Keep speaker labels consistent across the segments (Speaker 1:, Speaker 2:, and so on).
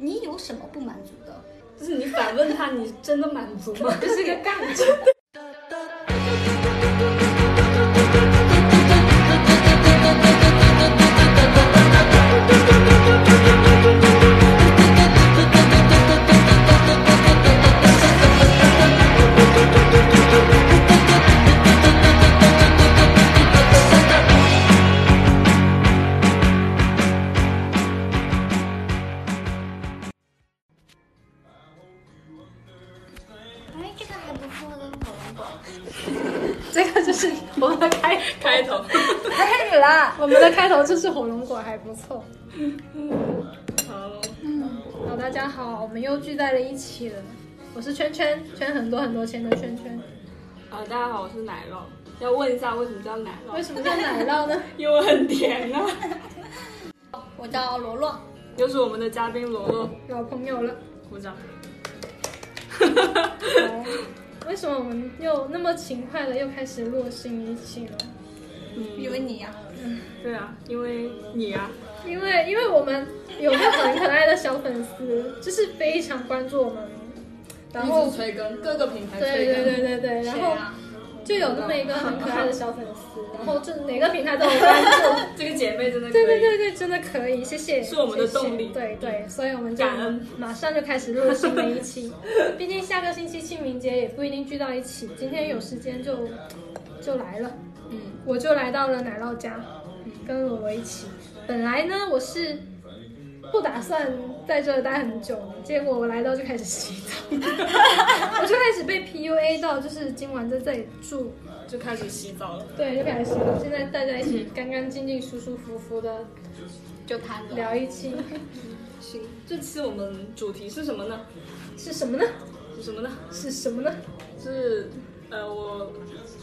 Speaker 1: 你有什么不满足的？
Speaker 2: 就是你反问他，你真的满足 吗？
Speaker 3: 这是个杠精。
Speaker 1: 哎，这个还不错的火龙果。
Speaker 2: 这个就是我们的 开
Speaker 3: 开 头，
Speaker 1: 开始了，
Speaker 2: 我们的开头就是火龙果还不错。
Speaker 3: 好，
Speaker 2: 好，大家好，我们又聚在了一起了。我是圈圈，圈很多很多钱的圈圈。
Speaker 3: 啊，大家好，我是奶酪。要问一下，为什么叫奶酪？
Speaker 2: 为什么叫奶酪呢？
Speaker 3: 因为我很甜啊。
Speaker 1: 我叫罗罗。
Speaker 3: 又是我们的嘉宾罗罗，
Speaker 2: 老朋友了。
Speaker 3: 鼓掌。
Speaker 2: 好为什么我们又那么勤快的又开始录新一期了？
Speaker 1: 以为你呀、
Speaker 3: 对啊，因为你啊，
Speaker 2: 因为因为我们有个很可爱的小粉丝，就是非常关注我们，然后
Speaker 4: 一直催更，各个平台
Speaker 2: 对
Speaker 4: 催
Speaker 2: 对
Speaker 4: 更。
Speaker 2: 对对对，然
Speaker 1: 谁
Speaker 2: 后
Speaker 1: 啊？
Speaker 2: 就有那么一个很可爱的小粉丝，然后就哪个平台都有关注，
Speaker 3: 这个姐妹真的可以。
Speaker 2: 对对对对，真的可以，谢谢，
Speaker 3: 是我们的动力嗯
Speaker 2: 谢谢对对，所以我们就
Speaker 3: 感恩
Speaker 2: 马上就开始录新的 一期，毕竟下个星期清明节也不一定聚到一起，今天有时间就就来了。
Speaker 4: 嗯，
Speaker 2: 我就来到了奶酪家，跟罗罗一起。本来呢，我是不打算在这待很久的，结果我来到就开始洗 澡，我就开始被 PUA 到，就是今晚在这里住，
Speaker 3: 就开始洗澡了。
Speaker 2: 对，就开始洗澡。现在大家一起干干净净、舒舒服服的
Speaker 1: 就瘫着。
Speaker 2: 聊一期，
Speaker 3: 行，这期我们主题是什么呢？
Speaker 2: 是什么呢？
Speaker 3: 是什么呢？
Speaker 2: 是什么呢？
Speaker 3: 是呃，我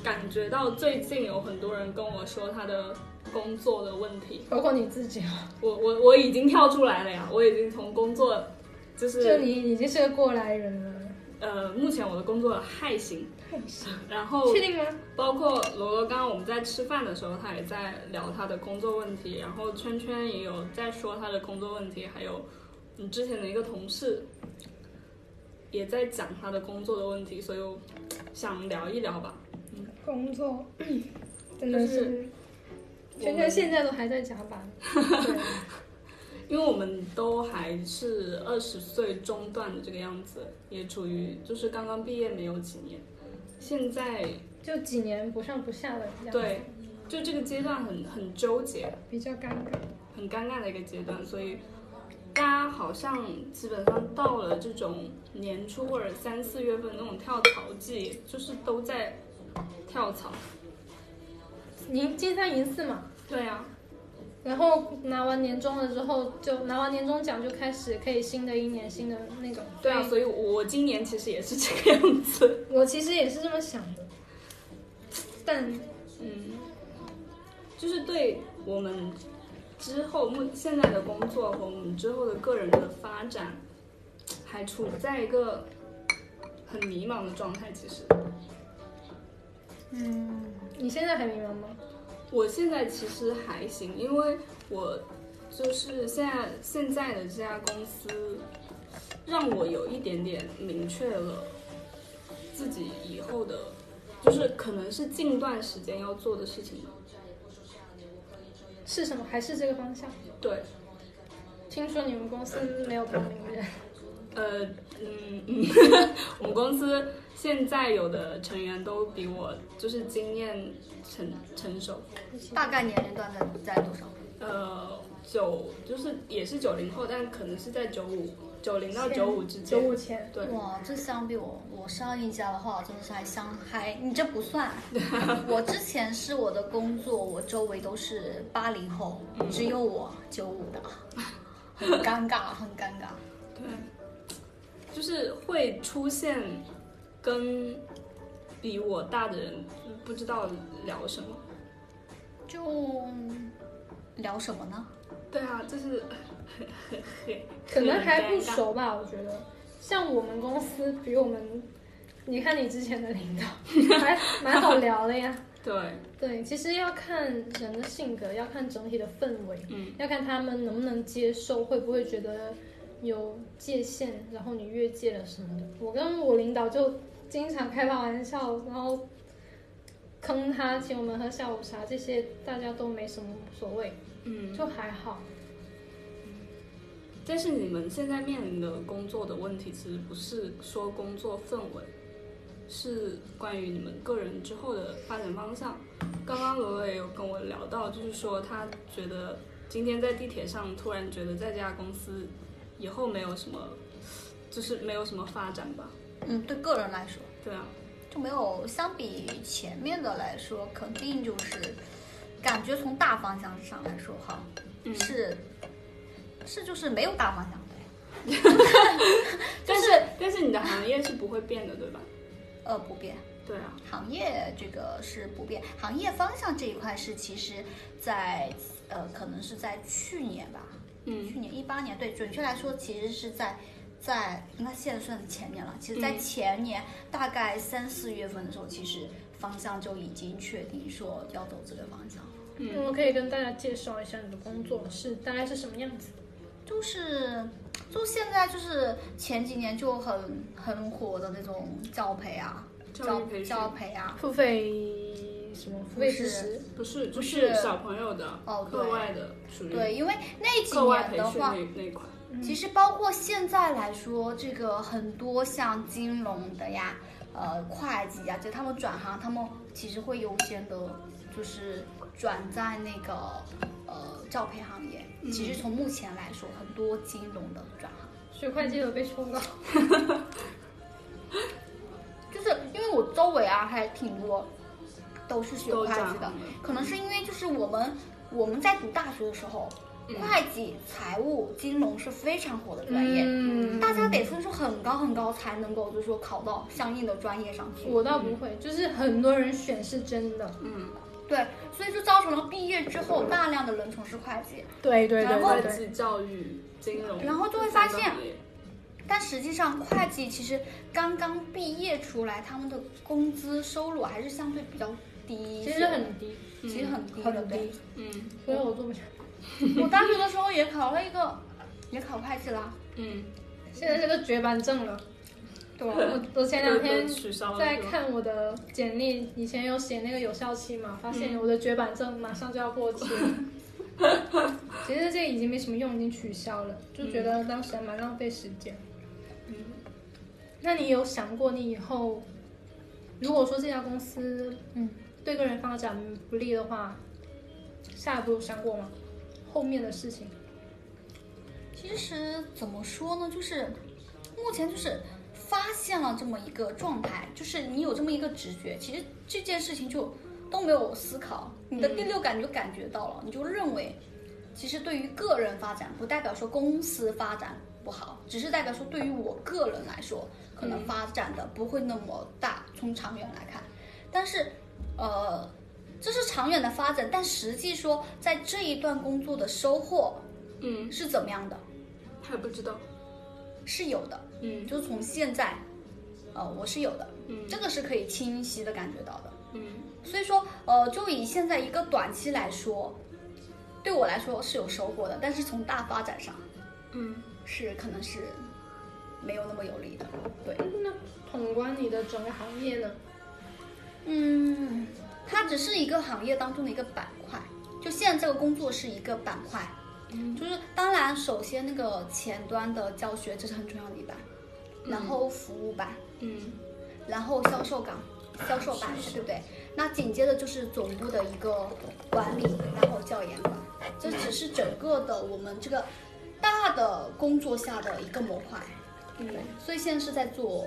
Speaker 3: 感觉到最近有很多人跟我说他的工作的问题，
Speaker 2: 包括你自己哦，
Speaker 3: 我我我已经跳出来了呀，我已经从工作就是
Speaker 2: 就你已经是个过来人了，
Speaker 3: 呃，目前我的工作还行，
Speaker 2: 太傻了，
Speaker 3: 然后
Speaker 2: 确定吗？
Speaker 3: 包括罗罗，刚刚我们在吃饭的时候，他也在聊他的工作问题，然后圈圈也有在说他的工作问题，还有你之前的一个同事也在讲他的工作的问题，所以我想聊一聊吧。
Speaker 2: 工作 真的。
Speaker 3: 就是
Speaker 2: 圈圈现在都还在加班，
Speaker 3: 因为我们都还是二十岁中段的这个样子，也处于就是刚刚毕业没有几年，现在
Speaker 2: 就几年不上不下的这样，，
Speaker 3: 对，就这个阶段很很纠结，
Speaker 2: 比较尴尬。
Speaker 3: 很尴尬的一个阶段，所以大家好像基本上到了这种年初或者三四月份那种跳槽季，就是都在跳槽。
Speaker 2: 您金三银四嘛，
Speaker 3: 对啊，
Speaker 2: 然后拿完年终了之后，就拿完年终奖就开始可以新的一年新的那种。
Speaker 3: 对啊，所以我今年其实也是这个样 子。
Speaker 2: 我其实也是这么想的，但
Speaker 3: 嗯，就是对我们之后目现在的工作和我们之后的个人的发展，还处在一个很迷茫的状态。其实，
Speaker 2: 嗯，你现在还迷茫吗？
Speaker 3: 我现在其实还行，因为我就是现在现在的这家公司，让我有一点点明确了自己以后的，就是可能是近段时间要做的事情吧。
Speaker 2: 是什么？还是这个方向？
Speaker 3: 对，
Speaker 2: 听说你们公司没有同龄人，
Speaker 3: 呃，嗯嗯， 我们公司现在有的成员都比我就是经验成成熟，
Speaker 1: 大概年龄段在在多少？
Speaker 3: 呃，九就是也是九零后，但可能是在九五九零到九五之
Speaker 2: 九
Speaker 3: 间。
Speaker 2: 五前，
Speaker 3: 对，
Speaker 1: 哇，这相比我我上一家的话，我真的是还相还你这不 算。我之前是我的工作，我周围都是八零后，只有我九五的，很尴尬，很尴尬。
Speaker 3: 对，就是会出现跟比我大的人不知道聊什么。
Speaker 1: 就嗯聊什么呢？
Speaker 3: 对啊，就是
Speaker 2: 可能还不熟吧。我觉得，像我们公司比我们，你看你之前的领导，还蛮好聊的呀。
Speaker 3: 对，
Speaker 2: 对，其实要看人的性格，要看整体的氛围，
Speaker 3: 嗯，
Speaker 2: 要看他们能不能接受，会不会觉得有界限，然后你越界了什么的。我跟我领导就经常开他玩笑，然后坑他，请我们喝下午茶，这些大家都没什么所谓，
Speaker 3: 嗯，
Speaker 2: 就还好。
Speaker 3: 但是你们现在面临的工作的问题，其实不是说工作氛围，是关于你们个人之后的发展方向。刚刚罗伟有跟我聊到，就是说他觉得今天在地铁上突然觉得在这家公司以后没有什么，就是没有什么发展吧？
Speaker 1: 嗯，对个人来说。
Speaker 3: 对啊，
Speaker 1: 就没有相比前面的来说，肯定就是感觉从大方向上来说哈，
Speaker 3: 嗯
Speaker 1: 是是就是没有大方向
Speaker 3: 但是但是你的行业是不会变的，对吧？
Speaker 1: 呃不变，
Speaker 3: 对啊，
Speaker 1: 行业这个是不变，行业方向这一块是其实在呃可能是在去年吧，
Speaker 3: 嗯
Speaker 1: 去年一八年，对，准确来说其实是在在应该现在算前年了。其实，在
Speaker 3: 嗯
Speaker 1: 前年、大概三四月份的时候，其实方向就已经确定说要走这个方向了。
Speaker 2: 我
Speaker 3: 嗯
Speaker 2: 们可以跟大家介绍一下你的工作是大概是什么样子？
Speaker 1: 就是就现在就是前几年就很很火的那种教培啊，
Speaker 3: 教育培训
Speaker 1: 教培啊，
Speaker 2: 付费什么付费知识？
Speaker 3: 不是，就
Speaker 1: 不
Speaker 3: 是
Speaker 1: 是
Speaker 3: 小朋友的
Speaker 1: 哦对
Speaker 3: 课外的，属于
Speaker 1: 对，因为那几
Speaker 3: 嗯课外
Speaker 1: 年
Speaker 3: 培
Speaker 1: 的
Speaker 3: 训
Speaker 1: 话，
Speaker 3: 那那一块。
Speaker 1: 其
Speaker 3: 嗯
Speaker 1: 实包括现在来说，这个很多像金融的呀，呃，会计呀，就他们转行，他们其实会优先的，就是转在那个呃教培行业。其
Speaker 3: 嗯
Speaker 1: 实从目前来说，很多金融的转行。
Speaker 2: 学会计有被抽到，
Speaker 1: 就是因为我周围啊还挺多都是学
Speaker 3: 都
Speaker 1: 会计
Speaker 3: 转
Speaker 1: 的
Speaker 3: 行了，
Speaker 1: 可能是因为就是我们我们在读大学的时候，
Speaker 3: 嗯
Speaker 1: 会计、财务、金融是非常火的专业，
Speaker 2: 嗯
Speaker 1: 大家得分数很高很高才能够就是说考到相应的专业上去。
Speaker 2: 我倒不会，就是很多人选是真的。
Speaker 3: 嗯，
Speaker 1: 对，所以就造成了毕业之后大量的人从事会计，
Speaker 2: 对对
Speaker 1: 然后
Speaker 3: 会计、教育、金融，
Speaker 1: 然后就会发
Speaker 3: 这三
Speaker 1: 现
Speaker 3: 个行业
Speaker 1: 但实际上会计其实刚刚毕业出来，他们的工资收入还是相对比较低一
Speaker 2: 其
Speaker 1: 些，
Speaker 2: 实很低，
Speaker 1: 其实很低的，
Speaker 2: 很
Speaker 1: 对
Speaker 2: 低。，
Speaker 3: 嗯
Speaker 2: 所以我做不下。
Speaker 1: 我大学的时候也考了一个，也考会计啦。
Speaker 3: 嗯，
Speaker 2: 现在这个绝版证了，
Speaker 1: 对
Speaker 2: 我我前两天
Speaker 3: 都取消了
Speaker 2: 在
Speaker 3: 是吧，
Speaker 2: 看我的简历，以前有写那个有效期嘛，发现我的绝版证马上就要过期 了。其实这个已经没什么用，已经取消了，就觉得当时还蛮浪费时间。
Speaker 3: 嗯
Speaker 2: 那你有想过你以后，如果说这家公司
Speaker 1: 嗯，
Speaker 2: 对个人发展不利的话，下一步有想过吗？后面的事情，
Speaker 1: 其实怎么说呢，就是目前就是发现了这么一个状态，就是你有这么一个直觉，其实这件事情就都没有思考，你的第六感就感觉到了，你就认为，其实对于个人发展，不代表说公司发展不好，只是代表说对于我个人来说，可能发展的不会那么大，从长远来看，但是，呃。这是长远的发展，但实际说，在这一段工作的收获
Speaker 3: 嗯，
Speaker 1: 是怎么样的？
Speaker 3: 还不知道，
Speaker 1: 是有的，
Speaker 3: 嗯
Speaker 1: 就是从现在，呃，我是有的，
Speaker 3: 嗯
Speaker 1: 这个是可以清晰的感觉到的。
Speaker 3: 嗯
Speaker 1: 所以说，呃，就以现在一个短期来说，对我来说是有收获的，但是从大发展上
Speaker 3: 嗯，
Speaker 1: 是可能是没有那么有利的。对，
Speaker 2: 那统观你的整个行业呢？
Speaker 1: 嗯，它只是一个行业当中的一个板块，就现在这个工作是一个板块。
Speaker 3: 嗯
Speaker 1: 就是当然，首先那个前端的教学这是很重要的一版，然后服务版，
Speaker 3: 嗯
Speaker 1: 然后销售岗、销售版，对不对？那紧接着就是总部的一个管理，然后教研管，这只是整个的我们这个大的工作下的一个模块。
Speaker 3: 嗯，
Speaker 1: 所以现在是在做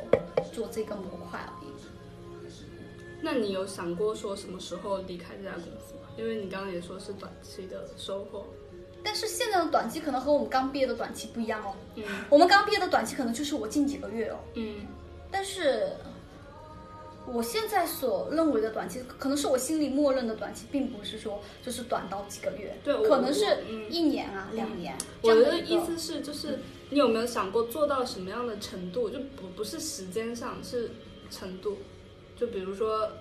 Speaker 1: 做这个模块而已。
Speaker 3: 那你有想过说什么时候离开这家公司吗？因为你刚刚也说是短期的收获，
Speaker 1: 但是现在的短期可能和我们刚毕业的短期不一样哦。
Speaker 3: 嗯
Speaker 1: 我们刚毕业的短期可能就是我近几个月哦，
Speaker 3: 嗯
Speaker 1: 但是我现在所认为的短期，可能是我心里默认的短期，并不是说就是短到几个月，
Speaker 3: 对我
Speaker 1: 可能是
Speaker 3: 嗯
Speaker 1: 一年啊、两年。这
Speaker 3: 我
Speaker 1: 样
Speaker 3: 的
Speaker 1: 一个
Speaker 3: 意思是，就是你有没有想过做到什么样的程度？就不不是时间上，是程度。就比如说，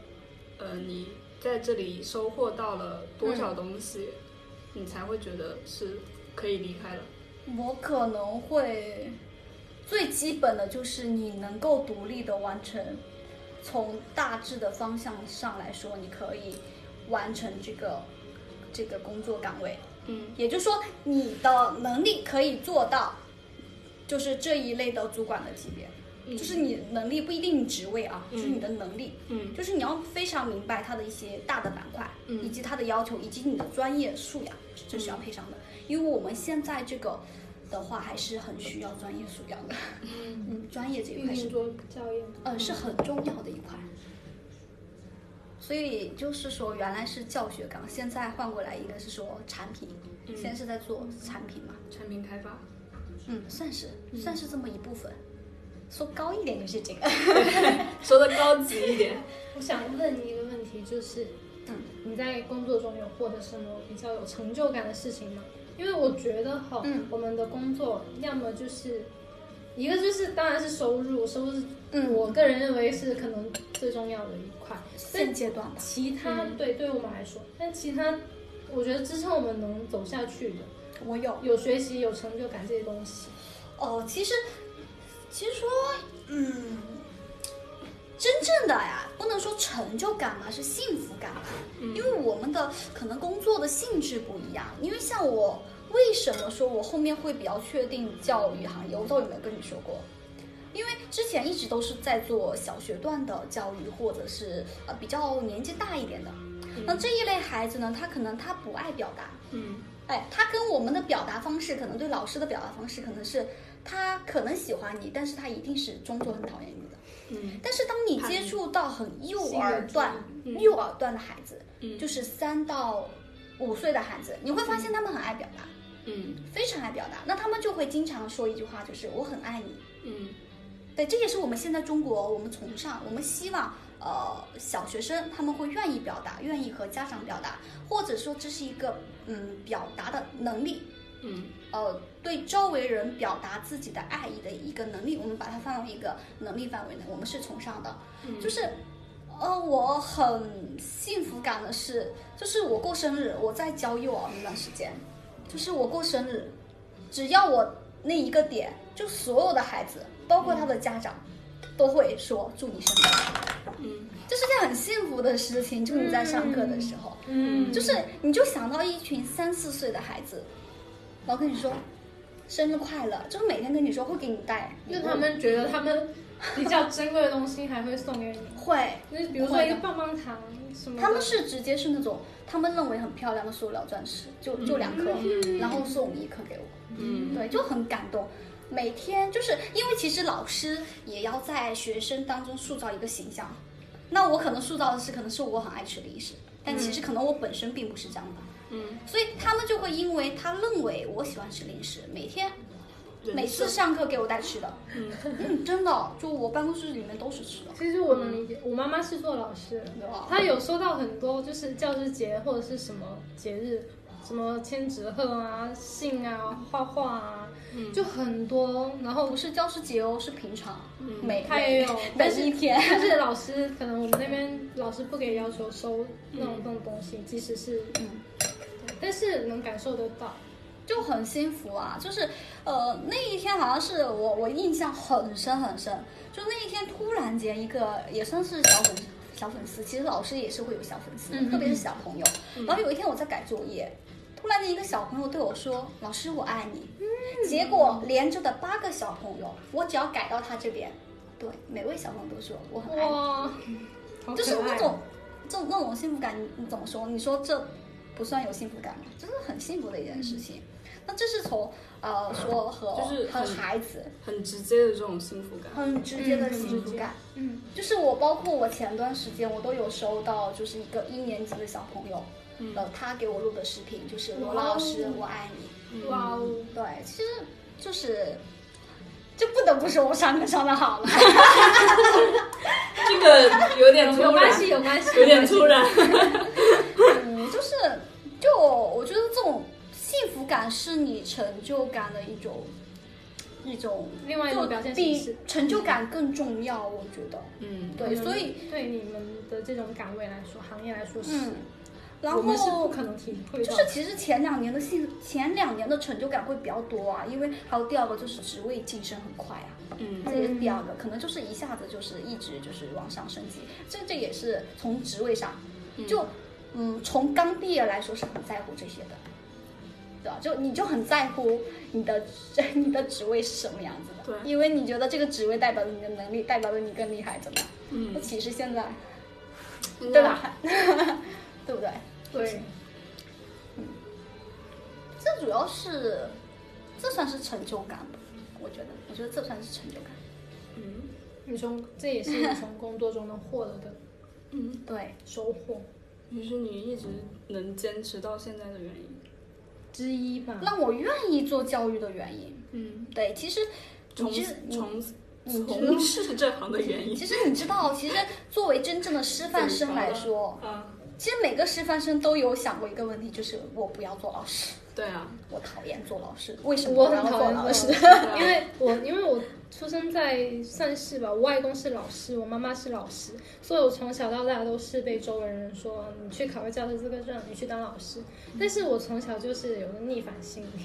Speaker 3: 呃，你在这里收嗯获到了多少东西，你才会觉得是可以离开了？
Speaker 1: 我可能会最基本的就是你能够独立的完成，从大致的方向上来说，你可以完成这个这个工作岗位。
Speaker 3: 嗯，
Speaker 1: 也就是说，你的能力可以做到，就是这一类的主管的级别。就是你能力不一定职位啊，就是你的能力，
Speaker 3: 嗯，
Speaker 1: 就是你要非常明白它的一些大的板块，
Speaker 3: 嗯
Speaker 1: 以及它的要求，以及你的专业素养，这是要配上的。因为我们现在这个的话，还是很需要专业素养的，
Speaker 3: 嗯
Speaker 1: 嗯，专业这一
Speaker 2: 运
Speaker 1: 块是
Speaker 2: 营中教育，
Speaker 1: 呃，是很重要的一块。所以就是说，原来是教学岗，现在换过来一个是说产品，
Speaker 3: 嗯
Speaker 1: 现在是在做产品嘛，
Speaker 3: 产品开发，
Speaker 1: 嗯，算是算是这么一部分。说高一点就是这个，
Speaker 3: 说的高级一点，
Speaker 2: 我想问你一个问题，就是
Speaker 1: 嗯，
Speaker 2: 你在工作中有获得什么比较有成就感的事情吗？因为我觉得哈，
Speaker 1: 嗯
Speaker 2: 我们的工作要么就是，一个就是当然是收入，收入是、
Speaker 1: 嗯
Speaker 2: 我个人认为是可能最重要的一块，
Speaker 1: 现阶段吧。
Speaker 2: 其他、对对我们来说，但其他我觉得支撑我们能走下去的，
Speaker 1: 我有
Speaker 2: 有学习、有成就感这些东西，
Speaker 1: 哦，其实其实说，嗯，真正的呀，不能说成就感嘛，是幸福感吧，因为我们的可能工作的性质不一样，因为像我。为什么说我后面会比较确定教育行业？我不知道有没有跟你说过，因为之前一直都是在做小学段的教育，或者是呃比较年纪大一点的。那这一类孩子呢，他可能他不爱表达，
Speaker 3: 嗯
Speaker 1: 哎，他跟我们的表达方式，可能对老师的表达方式，可能是他可能喜欢你，但是他一定是终究很讨厌你的。
Speaker 3: 嗯
Speaker 1: 但是当你接触到很幼儿段、
Speaker 3: 嗯
Speaker 1: 幼儿段的孩子，
Speaker 3: 嗯
Speaker 1: 就是三到五岁的孩子，你会发现他们很爱表达，
Speaker 3: 嗯
Speaker 1: 非常爱表达。那他们就会经常说一句话，就是“我很爱你”。
Speaker 3: 嗯
Speaker 1: 对，这也是我们现在中国我们崇尚，我们希望呃小学生他们会愿意表达，愿意和家长表达，或者说这是一个嗯表达的能力。
Speaker 3: 嗯
Speaker 1: 呃，对周围人表达自己的爱意的一个能力，我们把它放入一个能力范围内，我们是崇尚的。
Speaker 3: 嗯
Speaker 1: 就是，呃，我很幸福感的是，就是我过生日，我在教幼儿那段时间，就是我过生日，只要我那一个点，就所有的孩子，包括他的家长，都会说祝你生日快乐，
Speaker 3: 嗯
Speaker 1: 这是件很幸福的事情。就你在上课的时候，
Speaker 3: 嗯
Speaker 1: 就是你就想到一群三四岁的孩子，然后跟你说生日快乐，就是每天跟你说会给你带礼物，
Speaker 2: 就他们觉得他们比较珍贵的东西还会送给你。
Speaker 1: 会，
Speaker 2: 那比如说一个棒棒糖什么的，
Speaker 1: 他们是直接是那种他们认为很漂亮的塑料钻石，就就两颗，
Speaker 2: 嗯
Speaker 1: 然后送一颗给我，
Speaker 3: 嗯
Speaker 1: 对，就很感动。每天就是因为其实老师也要在学生当中塑造一个形象，那我可能塑造的是可能是我很爱吃零食，但其
Speaker 2: 嗯
Speaker 1: 实可能我本身并不是这样的。
Speaker 3: 嗯，
Speaker 1: 所以他们就会因为他认为我喜欢吃零食，每天
Speaker 3: 人
Speaker 1: 每次
Speaker 3: 设
Speaker 1: 上课给我带吃的，
Speaker 3: 嗯
Speaker 1: 嗯，真的，就我办公室里面都是吃的，
Speaker 2: 其实我能理解，我妈妈是做老师，
Speaker 1: 对吧？
Speaker 2: 她有收到很多就是教师节或者是什么节日，什么千纸鹤啊、信啊、画画啊，
Speaker 3: 嗯
Speaker 2: 就很多。然后
Speaker 1: 不是教师节哦，是平常，
Speaker 3: 嗯
Speaker 1: 每
Speaker 2: 她也有，但
Speaker 1: 每
Speaker 2: 是
Speaker 1: 一天，
Speaker 2: 就是老师可能我们那边老师不给要求收那种那种东西，即使是，
Speaker 1: 嗯
Speaker 2: 但是能感受得到。
Speaker 1: 就很幸福啊。就是呃，那一天好像是我我印象很深很深，就那一天突然间一个也算是小粉小粉丝，其实老师也是会有小粉丝，
Speaker 2: 嗯
Speaker 1: 特别是小朋友。然后有一天我在改作业。突然间，一个小朋友对我说：“老师，我爱你。”
Speaker 2: 嗯
Speaker 1: 结果连着的八个小朋友，我只要改到他这边，对每位小朋友都说我很爱你。
Speaker 2: 哇，哎好
Speaker 1: 就是
Speaker 2: 可爱
Speaker 1: 那种，这种那种幸福感，你你怎么说？你说这不算有幸福感吗？就是很幸福的一件事情。那这是从呃说和
Speaker 3: 就是
Speaker 1: 和
Speaker 3: 很
Speaker 1: 孩子
Speaker 3: 很直接的这种幸福感，
Speaker 1: 很直接的
Speaker 2: 嗯
Speaker 1: 幸福感。
Speaker 2: 嗯
Speaker 1: 就是我包括我前段时间我都有收到，就是一个一年级的小朋友，
Speaker 3: 嗯
Speaker 1: 呃，他给我录的视频，就是罗
Speaker 2: 哇哦
Speaker 1: 老师，我爱你。
Speaker 2: 哇哦，
Speaker 1: 对，其实就是。就不得不说，我上课上的好了，
Speaker 3: 这个有点突
Speaker 2: 有关系
Speaker 3: 然，
Speaker 2: 有关系，
Speaker 3: 有点突然，
Speaker 1: 嗯，就是就我觉得这种幸福感是你成就感的一种一种，
Speaker 2: 另外一
Speaker 1: 就
Speaker 2: 种表现形
Speaker 1: 比
Speaker 2: 式。嗯
Speaker 1: 成就感更重要，我觉得。
Speaker 3: 嗯
Speaker 1: 对，所以
Speaker 2: 对你们的这种岗位来说，行业来说是，
Speaker 1: 嗯，然
Speaker 2: 我们是不
Speaker 1: 后
Speaker 2: 可能体会
Speaker 1: 就
Speaker 2: 到
Speaker 1: 是其实前两年的性，前两年的成就感会比较多啊，因为还有第二个就是职位晋升很快啊，
Speaker 3: 嗯
Speaker 1: 这也是第二个，可能就是一下子就是一直就是往上升级，这这也是从职位上，就嗯从刚毕业来说是很在乎这些的，对吧？就你就很在乎你的 你的职位是什么样子的，
Speaker 3: 对
Speaker 1: 因为你觉得这个职位代表了你的能力，代表了你更厉害，怎么样？
Speaker 3: 嗯
Speaker 1: 那，其实现在对
Speaker 3: 现在
Speaker 1: 吧？
Speaker 3: 嗯
Speaker 1: 对不对？
Speaker 2: 对，
Speaker 1: 这主要是，这算是成就感吧，我觉得，我觉得这算是成就感。
Speaker 3: 嗯
Speaker 2: 你从这也是你从工作中能获得的
Speaker 3: 嗯，
Speaker 1: 对，
Speaker 2: 收获
Speaker 3: 也是你一直能坚持到现在的原因。
Speaker 2: 之一吧。
Speaker 1: 让我愿意做教育的原因。
Speaker 3: 嗯，
Speaker 1: 对，其实
Speaker 3: 从
Speaker 1: 你知你
Speaker 3: 从
Speaker 1: 你知
Speaker 3: 从事这行的原因。
Speaker 1: 其实你知道，其实作为真正的师范生来说，
Speaker 3: 啊，
Speaker 1: 其实每个师范生都有想过一个问题，就是我不要做老师，
Speaker 3: 对啊，
Speaker 1: 我讨厌做老师，为什么我
Speaker 2: 我很
Speaker 1: 要
Speaker 2: 讨
Speaker 1: 做
Speaker 2: 厌
Speaker 1: 老
Speaker 2: 老
Speaker 1: 师
Speaker 2: 师？
Speaker 3: 对啊
Speaker 2: 因为我因为我出生在算是吧，我外公是老师，我妈妈是老师，所以我从小到大都是被周围人说你去考个教师资格证，你去当老师。但是我从小就是有个逆反心理，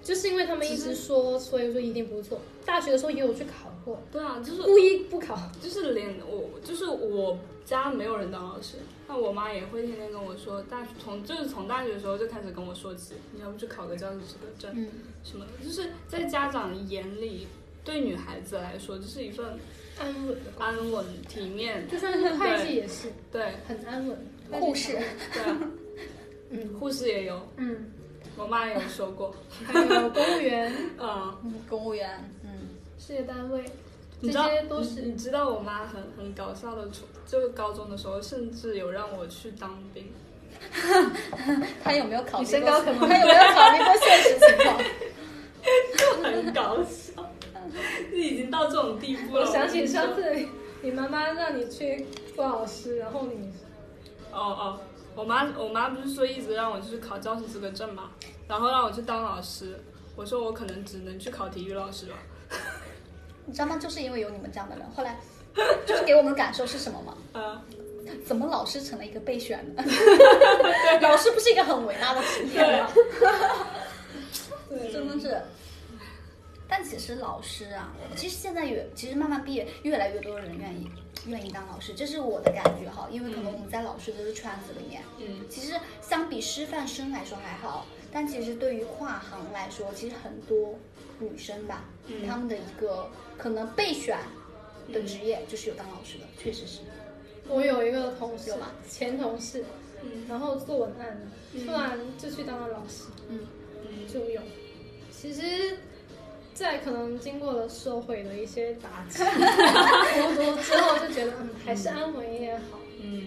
Speaker 2: 就是因为他们一直说，所以说一定不做。大学的时候也有去考过，
Speaker 3: 对啊，就是
Speaker 2: 故意不考。
Speaker 3: 就是连我，就是我家没有人当老师，那我妈也会天天跟我说，大从就是从大学的时候就开始跟我说起，你要不去考个教师资格证
Speaker 1: 嗯，
Speaker 3: 什么的，就是在家长眼里，对女孩子来说，这是一份
Speaker 2: 安稳的工
Speaker 3: 安稳体面，
Speaker 2: 就算是会计也是
Speaker 3: 对
Speaker 2: 很安稳。
Speaker 1: 护士，
Speaker 3: 对啊，
Speaker 2: 嗯
Speaker 3: 护士也有，
Speaker 2: 嗯，
Speaker 3: 我妈也有说 过，
Speaker 2: 还有公务员、
Speaker 3: 嗯，
Speaker 1: 嗯，公务员，嗯，
Speaker 2: 事业单位，
Speaker 3: 你
Speaker 2: 这
Speaker 3: 知道
Speaker 2: 些都是
Speaker 3: 你你知道我妈很很搞笑的，初就是高中的时候，甚至有让我去当兵，
Speaker 1: 他有没有考虑过？
Speaker 2: 你身高可能
Speaker 1: 他有没有考虑过现实情况？
Speaker 3: 很搞 笑，就已经到这种地步
Speaker 2: 我
Speaker 3: 了。
Speaker 2: 想起上
Speaker 3: 次，
Speaker 2: 次你妈妈让你去做老师，然后你
Speaker 3: 哦哦，我妈我妈不是说一直让我去考教师资格证嘛，然后让我去当老师，我说我可能只能去考体育老师了。
Speaker 1: 你知道吗？就是因为有你们这样的人，后来就是给我们的感受是什么吗？
Speaker 3: 呃，
Speaker 1: 怎么老师成了一个备选呢？ 老师不是一个很伟大的职业吗？
Speaker 2: 对
Speaker 1: 真的是。但其实老师啊，其实现在也，其实慢慢毕业，越来越多人愿意愿意当老师，这是我的感觉哈。因为可能我们在老师这个圈子里面，
Speaker 3: 嗯，
Speaker 1: 其实相比师范生来说还好，但其实对于跨行来说，其实很多女生吧，
Speaker 3: 嗯
Speaker 1: 她们的一个可能备选的职业就是有当老师的，确实是。
Speaker 2: 我有一啊个同事
Speaker 1: 有吗，
Speaker 2: 前同事，
Speaker 3: 嗯
Speaker 2: 然后做文案的，突然就去当了老师，
Speaker 1: 嗯
Speaker 3: 嗯
Speaker 2: 就有。其实，在可能经过了社会的一些打 击、荼毒之后，就觉得嗯，还是安稳一点好。
Speaker 3: 嗯，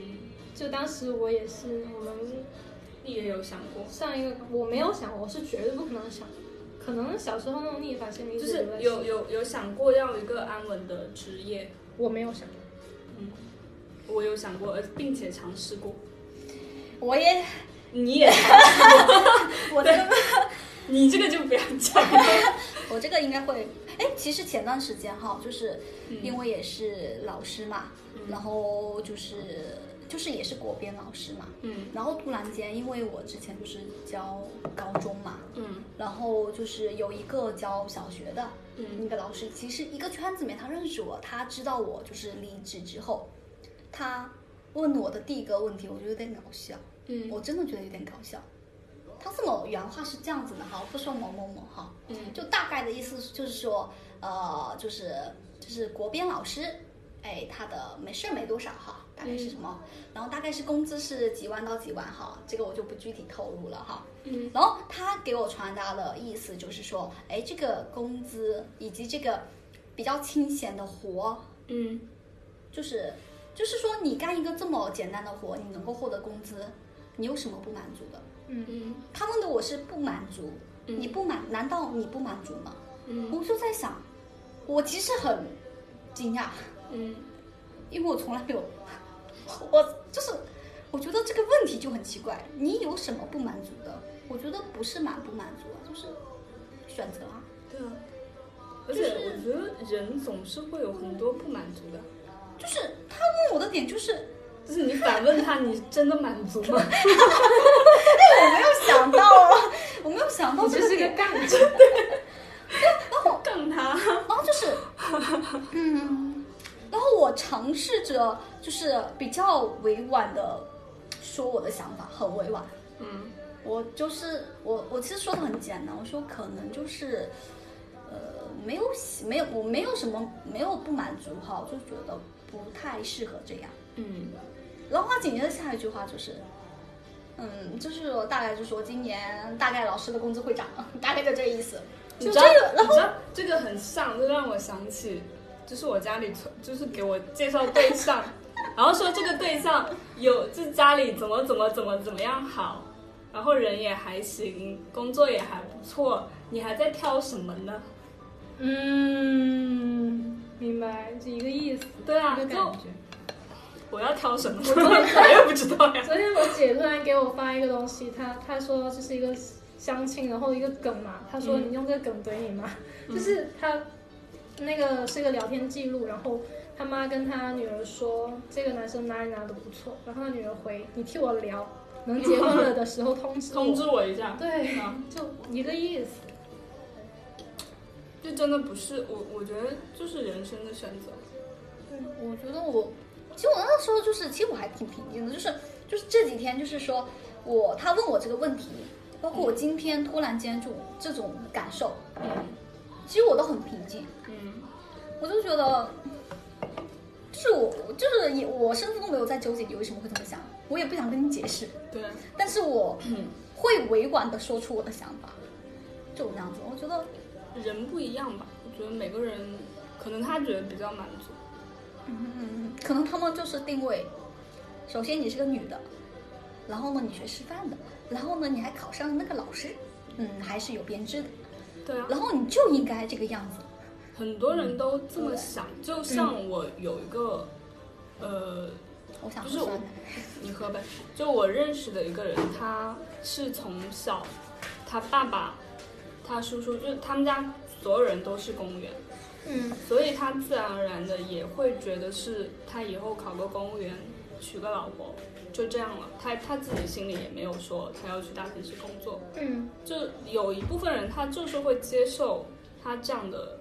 Speaker 2: 就当时我也是，我们
Speaker 3: 你也有想过，
Speaker 2: 上一个我没有想，我是绝对不可能想，可能小时候那种逆反心理一
Speaker 3: 就
Speaker 2: 直
Speaker 3: 是
Speaker 2: 留在
Speaker 3: 有
Speaker 2: 心里
Speaker 3: 有有想过要一个安稳的职业，
Speaker 2: 我没有想，
Speaker 3: 嗯，我有想过，而呃并且尝试过。
Speaker 1: 我 也，
Speaker 3: 你也，
Speaker 1: 我的
Speaker 3: 你这个就不要讲了。
Speaker 1: 我这个应该会，哎，其实前段时间哈，就是
Speaker 3: 嗯
Speaker 1: 因为也是老师嘛，然后就是就是也是国编老师嘛，
Speaker 3: 嗯
Speaker 1: 然后突然间，因为我之前不是教高中嘛，
Speaker 3: 嗯
Speaker 1: 然后就是有一个教小学的
Speaker 3: 嗯
Speaker 1: 那个老师，其实一个圈子里面他认识我，他知道我就是离职之后，他问我的第一个问题，我觉得有点搞笑，
Speaker 3: 嗯
Speaker 1: 我真的觉得有点搞笑。他这么原话是这样子的哈，不说某某某哈，
Speaker 3: 嗯
Speaker 1: 就大概的意思就是说，呃，就是就是国编老师，哎，他的没事儿没多少哈，大概是什么，
Speaker 3: 嗯
Speaker 1: 然后大概是工资是几万到几万哈，这个我就不具体透露了哈。
Speaker 3: 嗯
Speaker 1: 然后他给我传达的意思就是说，哎，这个工资以及这个比较清闲的活，
Speaker 3: 嗯
Speaker 1: 就是就是说你干一个这么简单的活，你能够获得工资，你有什么不满足的？
Speaker 3: 嗯
Speaker 1: 他问的我是不满足，
Speaker 3: 嗯
Speaker 1: 你不满，难道你不满足吗？
Speaker 3: 嗯
Speaker 1: 我就在想，我其实很惊讶，
Speaker 3: 嗯
Speaker 1: 因为我从来没有， 我就是我觉得这个问题就很奇怪，你有什么不满足的？我觉得不是满不满足啊，就是选择啊。
Speaker 3: 对啊。而且我觉得人总是会有很多不满足的，
Speaker 1: 就是他问我的点就是，
Speaker 3: 就是你反问他，你真的满足吗？
Speaker 1: 哎我没有想到啊， 我没有想到
Speaker 3: 你
Speaker 1: 这
Speaker 3: 只是
Speaker 1: 点
Speaker 3: 个杠精，杠他。
Speaker 1: 然后就是， 嗯，然后我尝试着就是比较委婉的说我的想法，很委婉。
Speaker 3: 嗯
Speaker 1: 我就是我，我其实说的很简单，我说可能就是，呃，没有喜没有我没有什么没有不满足哈，我就觉得不太适合这样。
Speaker 3: 嗯
Speaker 1: 然后他紧接着下一句话就是，嗯，就是我大概就说今年大概老师的工资会涨，大概就这意思。
Speaker 3: 你
Speaker 1: 就
Speaker 3: 知
Speaker 1: 这
Speaker 3: 道，
Speaker 1: 个，然
Speaker 3: 你
Speaker 1: 后
Speaker 3: 知道这个很像，就让我想起，就是我家里存，就是给我介绍对象，然后说这个对象有，就是家里怎么怎么怎么怎么样好，然后人也还行，工作也还不错，你还在挑什么呢？
Speaker 2: 嗯，明白，就一个意思，
Speaker 3: 对啊
Speaker 2: 一个，感
Speaker 3: 就
Speaker 2: 觉。
Speaker 3: 我要挑什么？ 我也不知道呀。
Speaker 2: 昨天我姐突然给我发一个东西，她她说这是一个相亲，然后一个梗嘛，她说
Speaker 3: 嗯
Speaker 2: 你用这个梗怼你妈， 就是她那个是个聊天记录，然后她妈跟她女儿说这个男生哪里哪里都不错，然后她女儿回你替我聊，能结婚了的时候通知我
Speaker 3: 通知我一下。
Speaker 2: 对，
Speaker 3: 啊
Speaker 2: 就一个意思，
Speaker 3: 就真的不是我，我觉得就是人生的选择。
Speaker 1: 我觉得我，其实我那时候就是，其实我还挺平静的，就是就是这几天就是说我他问我这个问题，包括我今天突然间就这种感受，其实我都很平静，
Speaker 3: 嗯
Speaker 1: 我就觉得。就是我，就是也，我甚至都没有在纠结你为什么会这么想，我也不想跟你解释，
Speaker 3: 嗯，对，
Speaker 1: 但是我
Speaker 3: 嗯
Speaker 1: 会委婉的说出我的想法，就这样子。我觉得
Speaker 3: 人不一样吧，我觉得每个人可能他觉得比较满足，
Speaker 1: 嗯，可能他们就是定位，首先你是个女的，然后呢你学师范的，然后呢你还考上了那个老师，嗯，还是有编制的，
Speaker 3: 对啊，
Speaker 1: 然后你就应该这个样子。
Speaker 3: 很多人都这么想。就像我有一个，呃，
Speaker 1: 我想
Speaker 3: 不
Speaker 1: 不
Speaker 3: 是
Speaker 1: 算
Speaker 3: 我，你喝呗。就我认识的一个人，他是从小，他爸爸、他叔叔，就是他们家所有人都是公务员，
Speaker 2: 嗯，
Speaker 3: 所以他自然而然的也会觉得是他以后考个公务员，娶个老婆，就这样了。他他自己心里也没有说他要去大城市工作，
Speaker 2: 嗯，
Speaker 3: 就有一部分人他就是会接受他这样的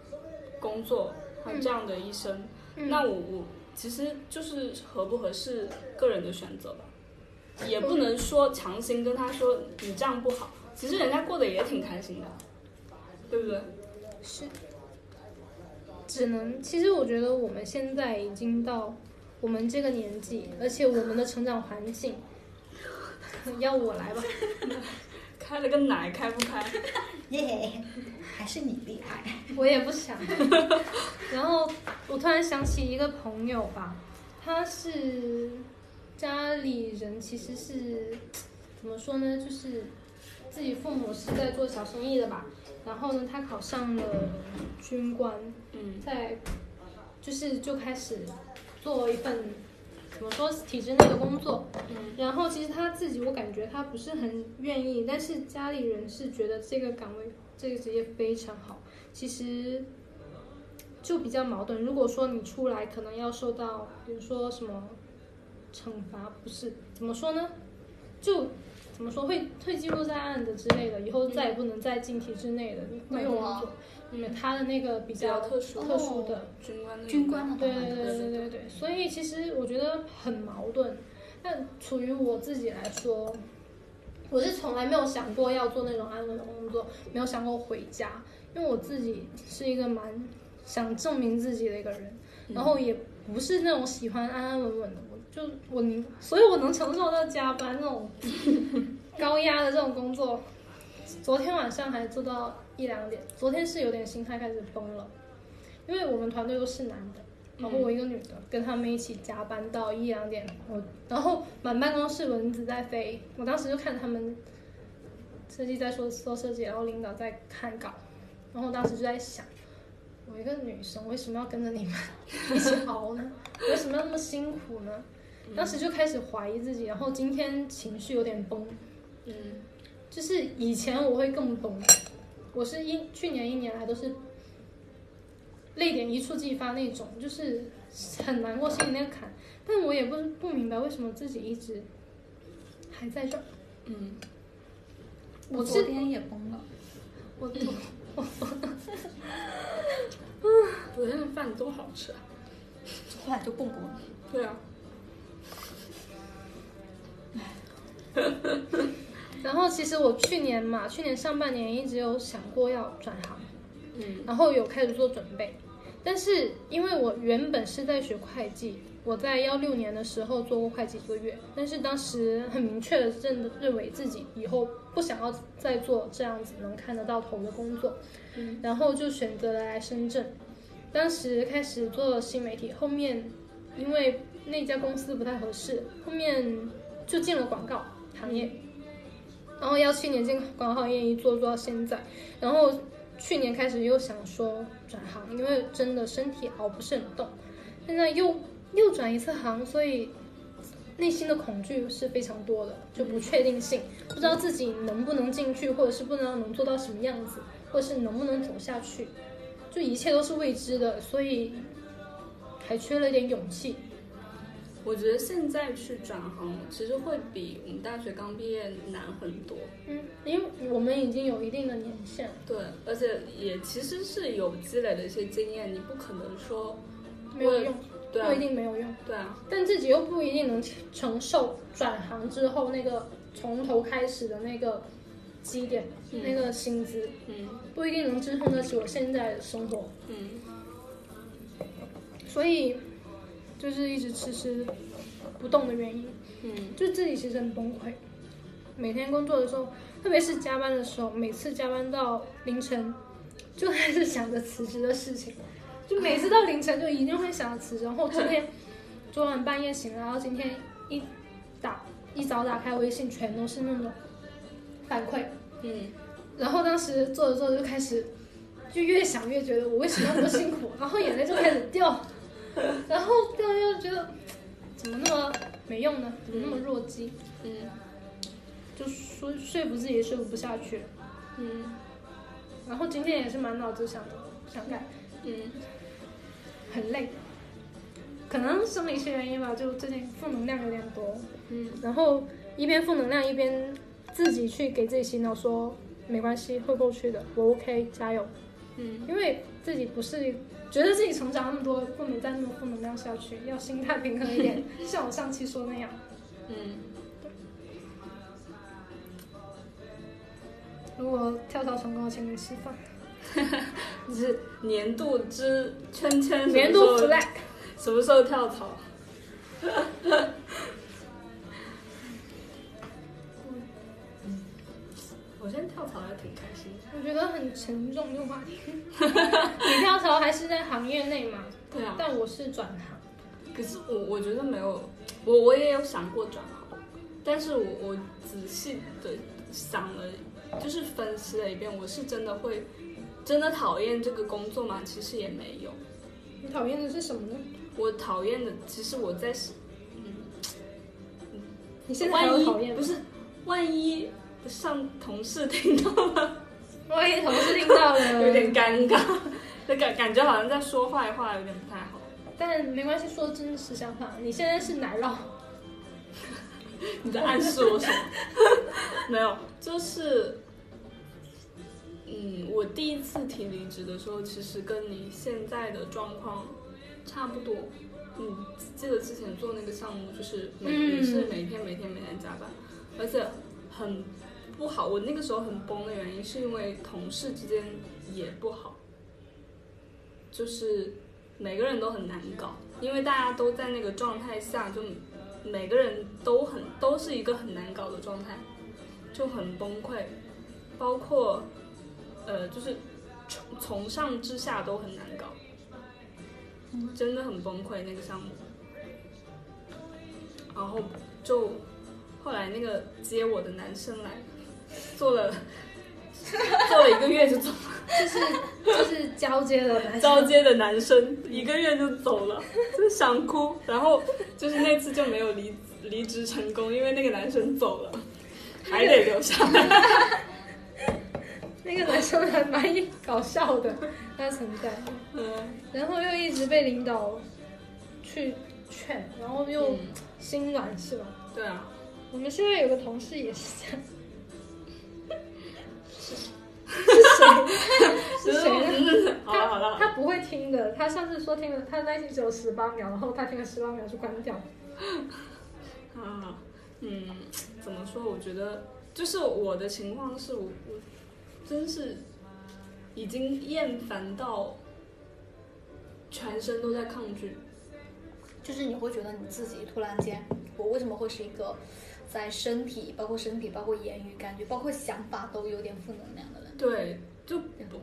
Speaker 3: 工作，他这样的一生。
Speaker 2: 嗯
Speaker 3: 那我我其实就是合不合适个人的选择吧，也不能说强行跟他说你这样不好，其实人家过得也挺开心的，啊对不对？
Speaker 2: 是，只能。其实我觉得我们现在已经到我们这个年纪，而且我们的成长环境， 要我来 吧。
Speaker 3: 开了个奶开不开？
Speaker 1: 耶，还是你厉害。
Speaker 2: 我也不想。然后我突然想起一个朋友吧，他是家里人其实是怎么说呢，就是自己父母是在做小生意的吧。然后呢，他考上了军官，
Speaker 3: 嗯
Speaker 2: 在就是就开始做一份怎么说体制内的工作。
Speaker 3: 嗯
Speaker 2: 然后其实他自己，我感觉他不是很愿意，但是家里人是觉得这个岗位、这个职业非常好。其实就比较矛盾。如果说你出来，可能要受到，比如说什么惩罚，不是怎么说呢？就怎么说会会记录在案的之类的，以后再也不能再进体制内的，你没有
Speaker 1: 懂
Speaker 2: 工
Speaker 1: 啊
Speaker 2: 作。嗯，他的那个比
Speaker 3: 比较
Speaker 2: 较
Speaker 3: 特殊哦嗯
Speaker 2: 特殊的，
Speaker 3: 军官的
Speaker 1: 哦军官的
Speaker 2: 对
Speaker 1: 话
Speaker 2: 对对对对对，所以其实我觉得很矛盾。但处于我自己来说，我是从来没有想过要做那种安稳的工作，没有想过回家，因为我自己是一个蛮想证明自己的一个人，然后也不是那种喜欢安安稳稳的，我就我能，所以我能承受到加班那种高压的这种工作。昨天晚上还做到一两点，昨天是有点心态开始崩了，因为我们团队都是男的，然后我一个女的，跟他们一起加班到一两点，我然后满办公室蚊子在飞，我当时就看他们设计在说说设计，然后领导在看稿，然后我当时就在想，我一个女生为什么要跟着你们 一起熬呢？为什么要那么辛苦呢？当时就开始怀疑自己，然后今天情绪有点崩，
Speaker 3: 嗯
Speaker 2: 就是以前我会更崩，我是一去年一年来都是泪点一触即发那种，就是很难过心里那个坎。但我也不不明白为什么自己一直还在这儿。
Speaker 3: 嗯，
Speaker 1: 我
Speaker 2: 我
Speaker 1: 昨
Speaker 2: 是
Speaker 1: 天也崩了，
Speaker 2: 我
Speaker 3: 昨天的饭多好吃啊！
Speaker 1: 后来就蹦过了。
Speaker 3: 对啊，
Speaker 2: 然后其实我去年嘛，去年上半年一直有想过要转行，
Speaker 3: 嗯，
Speaker 2: 然后有开始做准备，但是因为我原本是在学会计，我在幺六年的时候做过会计一个月，但是当时很明确的认认为自己以后不想要再做这样子能看得到头的工作，
Speaker 3: 嗯
Speaker 2: 然后就选择了来深圳。当时开始做新媒体，后面因为那家公司不太合适，后面就进了广告行业。然后幺七年进广告行业一做做到现在，然后去年开始又想说转行，因为真的身体熬不是很动，现在又又转一次行，所以内心的恐惧是非常多的，就不确定性，不知道自己能不能进去，或者是不知道能做到什么样子，或者是能不能走下去，就一切都是未知的，所以还缺了一点勇气。
Speaker 3: 我觉得现在去转行，其实会比我们大学刚毕业难很多。
Speaker 2: 嗯，因为我们已经有一定的年限了，
Speaker 3: 对，而且也其实是有积累的一些经验，你不可能说
Speaker 2: 没有用，
Speaker 3: 对
Speaker 2: 不一
Speaker 3: 啊，
Speaker 2: 定没有用。
Speaker 3: 对啊，
Speaker 2: 但自己又不一定能承受转行之后那个从头开始的那个基点、
Speaker 3: 嗯
Speaker 2: 那个薪资，
Speaker 3: 嗯
Speaker 2: 不一定能支撑得起我现在的生活，
Speaker 3: 嗯，
Speaker 2: 所以就是一直迟迟不动的原因，
Speaker 3: 嗯，
Speaker 2: 就自己其实很崩溃。每天工作的时候，特别是加班的时候，每次加班到凌晨，就还是想着辞职的事情，就每次到凌晨就一定会想着辞职。然后今天昨晚半夜醒来，然后今天一打一早打开微信，全都是那种反馈。
Speaker 3: 嗯，
Speaker 2: 然后当时做着做着就开始，就越想越觉得我为什么那么辛苦，然后眼泪就开始掉，然后掉又觉得怎么那么没用呢？怎么那么弱鸡？
Speaker 3: 嗯，
Speaker 2: 就说说服自己说服不下去。
Speaker 3: 嗯，
Speaker 2: 然后今天也是满脑子想着想改，
Speaker 3: 嗯，
Speaker 2: 很累，可能生理学原因吧，就最近负能量有点多。
Speaker 3: 嗯，
Speaker 2: 然后一边负能量一边自己去给自己洗脑说没关系，会过去的，我 OK，加油。
Speaker 3: 嗯，
Speaker 2: 因为自己不是觉得自己成长那么多，不能再那么负能量下去，要心态平衡 一点，像我上期说那样。
Speaker 3: 嗯，
Speaker 2: 如果跳槽成功，请你吃饭。
Speaker 3: 你是年度之圈圈，
Speaker 2: 年度
Speaker 3: 什么时候
Speaker 2: flag，
Speaker 3: 什么时候跳槽？ 我现在跳槽还挺开心的。
Speaker 2: 我觉得很沉重这个 话题。你跳槽还是在行业内嘛？
Speaker 3: 对啊，
Speaker 2: 但我是转行，
Speaker 3: 可是我我觉得没有，我我也有想过转行，但是我我仔细的想了，就是分析了一遍，我是真的会真的讨厌这个工作吗？其实也没有，
Speaker 2: 你讨厌的是什么呢？
Speaker 3: 我讨厌的，其实我在想，
Speaker 2: 你现在还
Speaker 3: 万
Speaker 2: 有
Speaker 3: 一
Speaker 2: 讨厌吗
Speaker 3: 不？是，万一上同事听到了，
Speaker 2: 万一同事听到了，
Speaker 3: 有点尴尬，就感感觉好像在说坏话，有点不太好。
Speaker 2: 但没关系，说真实想法。你现在是 奶酪，
Speaker 3: 你在暗示我什么？ 没有，就是，嗯，我第一次提离职的时候，其实跟你现在的状况差不多。你记得之前做那个项目，就是每、
Speaker 2: 嗯
Speaker 3: 也是每天每天每天加班，而且很不好。我那个时候很崩的原因，是因为同事之间也不好，就是每个人都很难搞，因为大家都在那个状态下，就每个人都很都是一个很难搞的状态，就很崩溃，包括呃，就是从从上至下都很难搞，真的很崩溃那个项目。然后就后来那个接我的男生来做了做了一个月就走了，
Speaker 2: 就是就是交接的男
Speaker 3: 交
Speaker 2: 生。
Speaker 3: 接的男生一个月就走了， 就想哭。然后就是那次就没有离离职成 功，因为那个男生走了，还得留下来。
Speaker 2: 那个男生还蛮搞笑的，他存在，
Speaker 3: 嗯
Speaker 2: 然后又一直被领导去劝，然后
Speaker 3: 嗯
Speaker 2: 又心软是吧？
Speaker 3: 对啊，
Speaker 2: 我们现在有个同事也是这样， 是谁？是谁呢？
Speaker 3: 嗯好了好
Speaker 2: 他
Speaker 3: 了，
Speaker 2: 他不会听的，他上次说听了，他耐心只有十八秒，然后他听了十八秒就关掉。
Speaker 3: 啊，嗯，怎么说？我觉得就是我的情况是我我真是已经厌烦到全身都在抗拒。
Speaker 1: 就是你会觉得你自己突然间，我为什么会是一个在身体，包括身体，包括言语，感觉包括想法都有点负能量的人？
Speaker 3: 对，就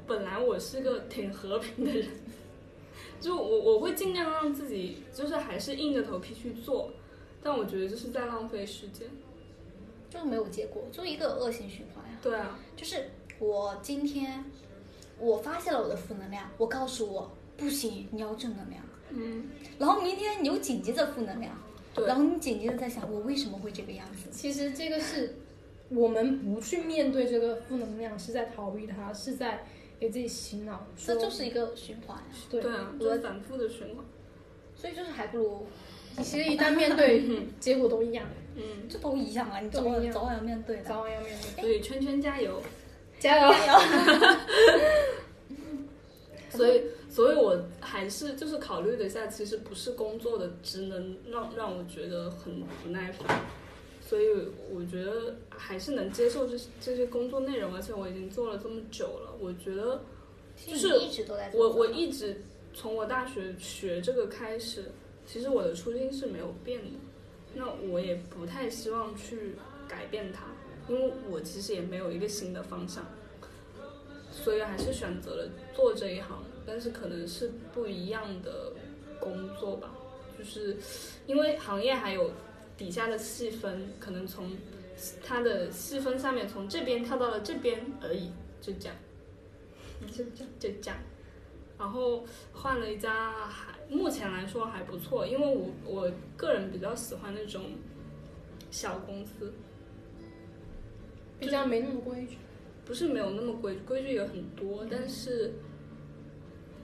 Speaker 3: 本来我是个挺和平的人， 就我我会尽量让自己就是还是硬着头皮去做，但我觉得就是在浪费时间。
Speaker 1: 就是没有结果，就是一个恶性循环呀、
Speaker 3: 对啊，
Speaker 1: 就是我今天我发现了我的负能量，我告诉我不行，你要正能量。
Speaker 3: 嗯，
Speaker 1: 然后明天你又紧接着负能量，
Speaker 3: 对
Speaker 1: 然后你紧接着在想我为什么会这个样子？
Speaker 2: 其实这个是我们不去面对这个负能量，是在逃避它，是在给自己洗脑。
Speaker 1: 这
Speaker 2: 说
Speaker 1: 就是一个循环呀、
Speaker 2: 对
Speaker 3: 对啊，就是反复的循环。
Speaker 1: 所以就是还不如
Speaker 2: 你其实一旦面对， 结果都一样，
Speaker 3: 嗯，
Speaker 1: 这都一样啊，你早
Speaker 2: 都一
Speaker 1: 晚
Speaker 2: 样
Speaker 1: 早晚要面对的。
Speaker 2: 早晚要面对。
Speaker 3: 所以圈圈加油。
Speaker 2: 加油！
Speaker 3: 所以，所以我还是就是考虑了一下，其实不是工作的职能让让我觉得很不耐烦，所以我觉得还是能接受这这些工作内容，而且我已经做了这么久了，我觉得
Speaker 1: 其
Speaker 3: 就是
Speaker 1: 实你一直都在这么
Speaker 3: 我
Speaker 1: 做
Speaker 3: 我一直从我大学学这个开始，其实我的初心是没有变的，那我也不太希望去改变它，因为我其实也没有一个新的方向，所以还是选择了做这一行，但是可能是不一样的工作吧，就是因为行业还有底下的细分，可能从它的细分下面从这边跳到了这边而已，就这样。
Speaker 2: 就这样
Speaker 3: 就这样。然后换了一家还目前来说还不错，因为我我个人比较喜欢那种小公司，
Speaker 2: 比较没那么规矩。
Speaker 3: 不是没有那么规矩，规矩也很多，但是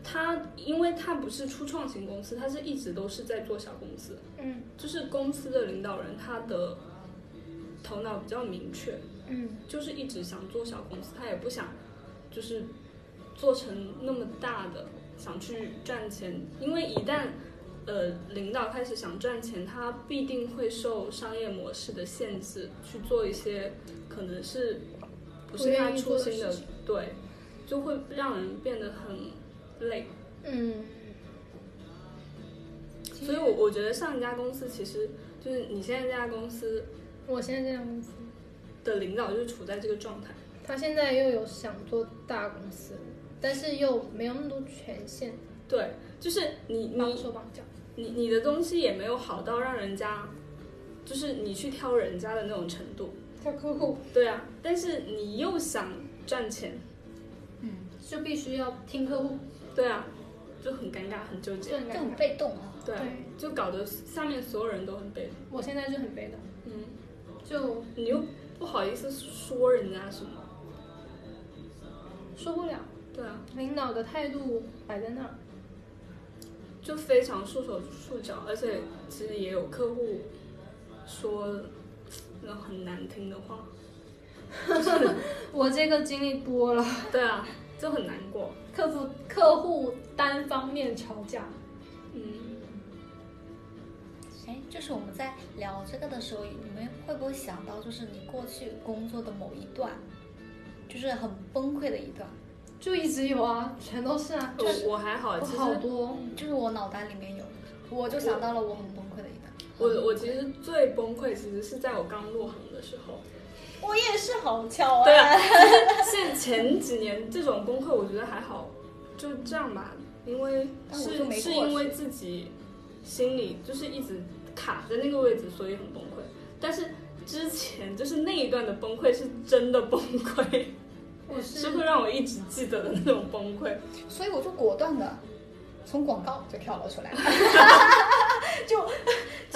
Speaker 3: 它因为它不是初创型公司，它是一直都是在做小公司，
Speaker 2: 嗯
Speaker 3: 就是公司的领导人他的头脑比较明确，
Speaker 2: 嗯，
Speaker 3: 就是一直想做小公司，他也不想就是做成那么大的，想去赚钱，因为一旦呃领导开始想赚钱，他必定会受商业模式的限制，去做一些可能是不是他初心
Speaker 2: 不愿意做
Speaker 3: 的
Speaker 2: 的事情，
Speaker 3: 对，就会让人变得很累。
Speaker 2: 嗯，
Speaker 3: 所以我我觉得上一家公司其实就是你现在这家公司
Speaker 2: 我现在这家公司，
Speaker 3: 的领导就是处在这个状态。
Speaker 2: 他现在又有想做大公司，但是又没有那么多权限，
Speaker 3: 对，就是你
Speaker 2: 绑
Speaker 3: 你
Speaker 2: 手绑脚。
Speaker 3: 你你的东西也没有好到让人家，就是你去挑人家的那种程度。
Speaker 2: 跳客户，
Speaker 3: 对啊，但是你又想赚钱，
Speaker 1: 嗯，
Speaker 2: 就必须要听客户，
Speaker 3: 对啊，就很尴尬，很纠结。
Speaker 2: 这
Speaker 1: 就很被动啊。
Speaker 3: 对啊，
Speaker 2: 对
Speaker 3: 就搞得下面所有人都很被动。
Speaker 2: 我现在就很被动，
Speaker 3: 嗯，
Speaker 2: 就
Speaker 3: 你又不好意思说人家什么。
Speaker 2: 说不了。
Speaker 3: 对啊，
Speaker 2: 领导的态度摆在那儿，
Speaker 3: 就非常束手束脚，而且其实也有客户说那种很难听的话。
Speaker 2: 我这个经历多了，
Speaker 3: 对啊，就很难过。
Speaker 2: 客服客户单方面吵架，
Speaker 3: 嗯，
Speaker 1: 哎，就是我们在聊这个的时候，你们会不会想到，就是你过去工作的某一段，就是很崩溃的一段？
Speaker 2: 就一直有啊，全都是啊，就是
Speaker 3: 我我还好，
Speaker 2: 我
Speaker 3: 其实
Speaker 2: 好多，
Speaker 1: 就是我脑袋里面有，我就想到了我很崩溃的一段。
Speaker 3: 我我其实最崩溃，其实是在我刚入行的时候。
Speaker 1: 我也是好巧啊！
Speaker 3: 对啊， 现前几年这种崩溃，我觉得还好，就这样吧，因为
Speaker 1: 但我
Speaker 3: 是
Speaker 1: 就没过去
Speaker 3: 是因为自己心里就是一直卡在那个位置，所以很崩溃。但是之前就是那一段的崩溃是真的崩溃，
Speaker 2: 我
Speaker 3: 是
Speaker 2: 是
Speaker 3: 会让我一直记得的那种崩溃。
Speaker 1: 所以我就果断的从广告就跳了出 来，就
Speaker 3: 他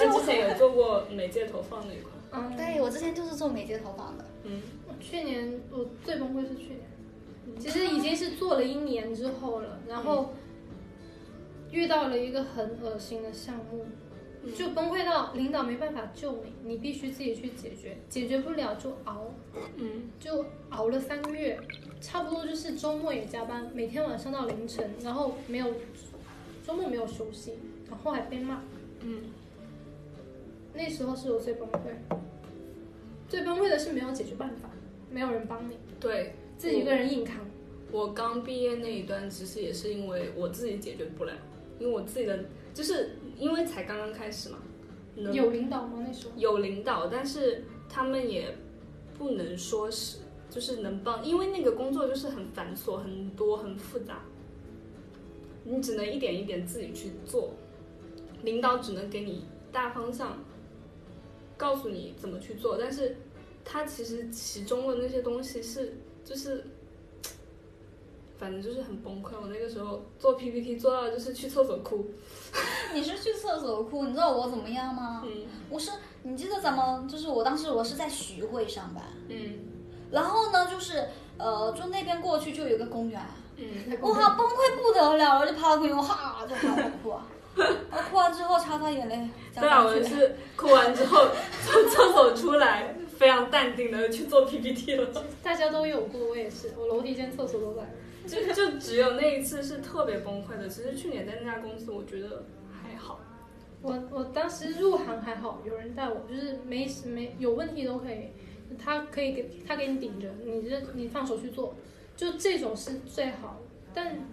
Speaker 1: 就
Speaker 3: 之前有做过媒介投放那一块，
Speaker 2: 嗯，
Speaker 1: 对我之前就是做媒介投放的，
Speaker 3: 嗯，
Speaker 2: 去年我最崩溃是去年，其实已经是做了一年之后了，然后
Speaker 3: 嗯
Speaker 2: 遇到了一个很恶心的项目，
Speaker 3: 嗯
Speaker 2: 就崩溃到领导没办法救你，你必须自己去解决，解决不了就熬，
Speaker 3: 嗯
Speaker 2: 就熬了三个月，差不多就是周末也加班，每天晚上到凌晨，然后没有周末没有休息，然后还被骂。
Speaker 3: 嗯
Speaker 2: 那时候是我最崩溃，最崩溃的是没有解决办法，没有人帮你，
Speaker 3: 对，
Speaker 2: 自己一个人硬扛。
Speaker 3: 我刚毕业那一段，其实也是因为我自己解决不了，因为我自己的就是因为才刚刚开始嘛，嗯能
Speaker 2: 有领导吗？那时候
Speaker 3: 有领导，但是他们也不能说是就是能帮，因为那个工作就是很繁琐、很多、很复杂，你只能一点一点自己去做，领导只能给你大方向，告诉你怎么去做，但是他其实其中的那些东西是就是。反正就是很崩溃，我那个时候做 PPT 做到就是去厕所哭，
Speaker 1: 你是去厕所哭，你知道我怎么样吗？
Speaker 3: 嗯
Speaker 1: 我是，你记得咱们就是我当时我是在徐汇上班，
Speaker 3: 嗯
Speaker 1: 然后呢就是呃，就那边过去就有一个公园，
Speaker 3: 嗯，
Speaker 1: 哇，崩溃不得了，我就趴到公园，我哈就哈就哭 啊，我哭完之后擦擦眼泪，加
Speaker 3: 对啊，
Speaker 1: 班
Speaker 3: 我
Speaker 1: 去。
Speaker 3: 是哭完之后 从厕所出来，非常淡定的去做 PPT 了。
Speaker 2: 大家都有过，我也是，我楼梯间、厕所都来。
Speaker 3: 就就只有那一次是特别崩溃的。其实去年在那家公司，我觉得还好。
Speaker 2: 我我当时入行还好，有人带我，就是没没有问题都可以，他可以给他给你顶着，你这你放手去做，就这种是最好。但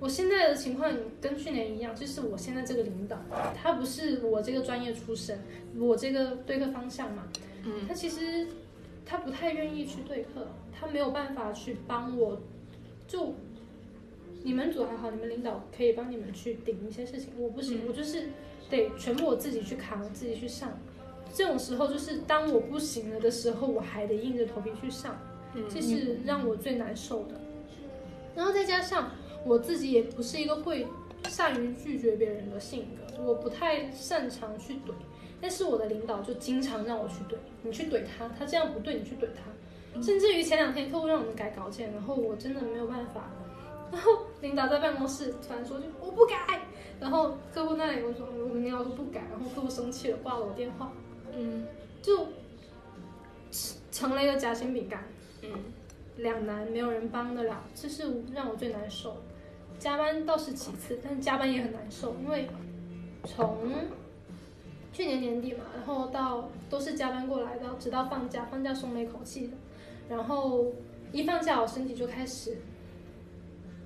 Speaker 2: 我现在的情况跟去年一样，就是我现在这个领导，他不是我这个专业出身，我这个对课方向嘛，
Speaker 3: 嗯，
Speaker 2: 他其实他不太愿意去对课，他没有办法去帮我，就你们组还好，你们领导可以帮你们去顶一些事情，我不行，
Speaker 3: 嗯
Speaker 2: 我就是得全部我自己去扛，自己去上。这种时候就是当我不行了的时候，我还得硬着头皮去上，
Speaker 3: 嗯
Speaker 2: 这是让我最难受的。然后再加上我自己也不是一个会善于拒绝别人的性格，我不太擅长去怼。但是我的领导就经常让我去怼，你去怼他，他这样不对，你去怼他。甚至于前两天客户让我们改稿件，然后我真的没有办法，然后领导在办公室突然说句我不改，然后客户那里我说我们领导说不改，然后客户生气了挂了我电话，
Speaker 3: 嗯
Speaker 2: 就成了一个夹心饼干。
Speaker 3: 嗯
Speaker 2: 两难，没有人帮得了，这是让我最难受。加班倒是其次，但是加班也很难受，因为从去年年底嘛，然后到都是加班过来的，直到放假，放假松了一口气的，然后一放假我身体就开始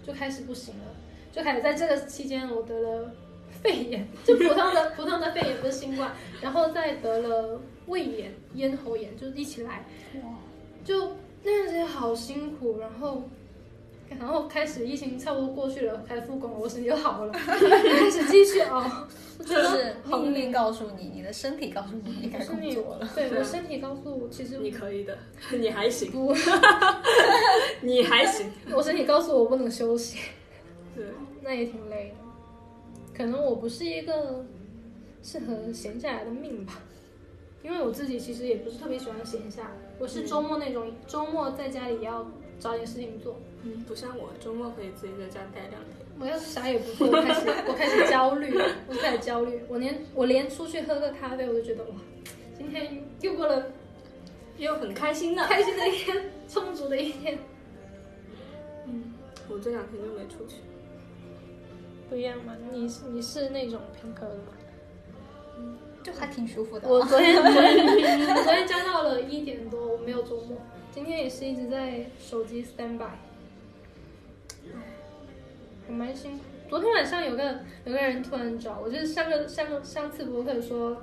Speaker 2: 就开始不行了，就开始在这个期间我得了肺炎， 就普通的普通的肺炎不是新冠，然后再得了胃炎、咽喉炎，就一起来。
Speaker 1: 哇
Speaker 2: 就那段时间好辛苦，然后，然后开始疫情差不多过去了，开始复工了，我身体又 好了，开始继续哦熬。
Speaker 1: 就是命运告诉你，你的身体告诉你，你该
Speaker 2: 是
Speaker 1: 工
Speaker 2: 你
Speaker 1: 作了。，
Speaker 2: 对我身体告诉我，其实
Speaker 3: 你可以的， 你还行，
Speaker 2: 不，
Speaker 3: 你还行。
Speaker 2: 我身体告诉我不能休息，
Speaker 3: 对，
Speaker 2: 那也挺累的。可能我不是一个适合闲下来的命吧，因为我自己其实也不是特别喜欢闲下来，我
Speaker 1: 嗯
Speaker 2: 是周末那种，周末在家里也要找点事情做。
Speaker 3: 嗯，不像我周末可以自己在家待两天。
Speaker 2: 我要是啥也不做，我开始我开始焦虑，我开始焦虑，我连我连出去喝个咖啡，我都觉得哇，今天又过了
Speaker 3: 又很开心的。
Speaker 2: 开心的一天，充足的一天，
Speaker 3: 嗯，我这两天就没出去。
Speaker 2: 不一样嘛。你是你是那种平和的吗？
Speaker 1: 就还挺舒服的啊。
Speaker 2: 我昨天 昨天我昨天加到了一点多，我没有周末，今天也是一直在手机 stand by，我蛮辛苦。昨天晚上有个有个人突然找我，就是上个上个上次博客说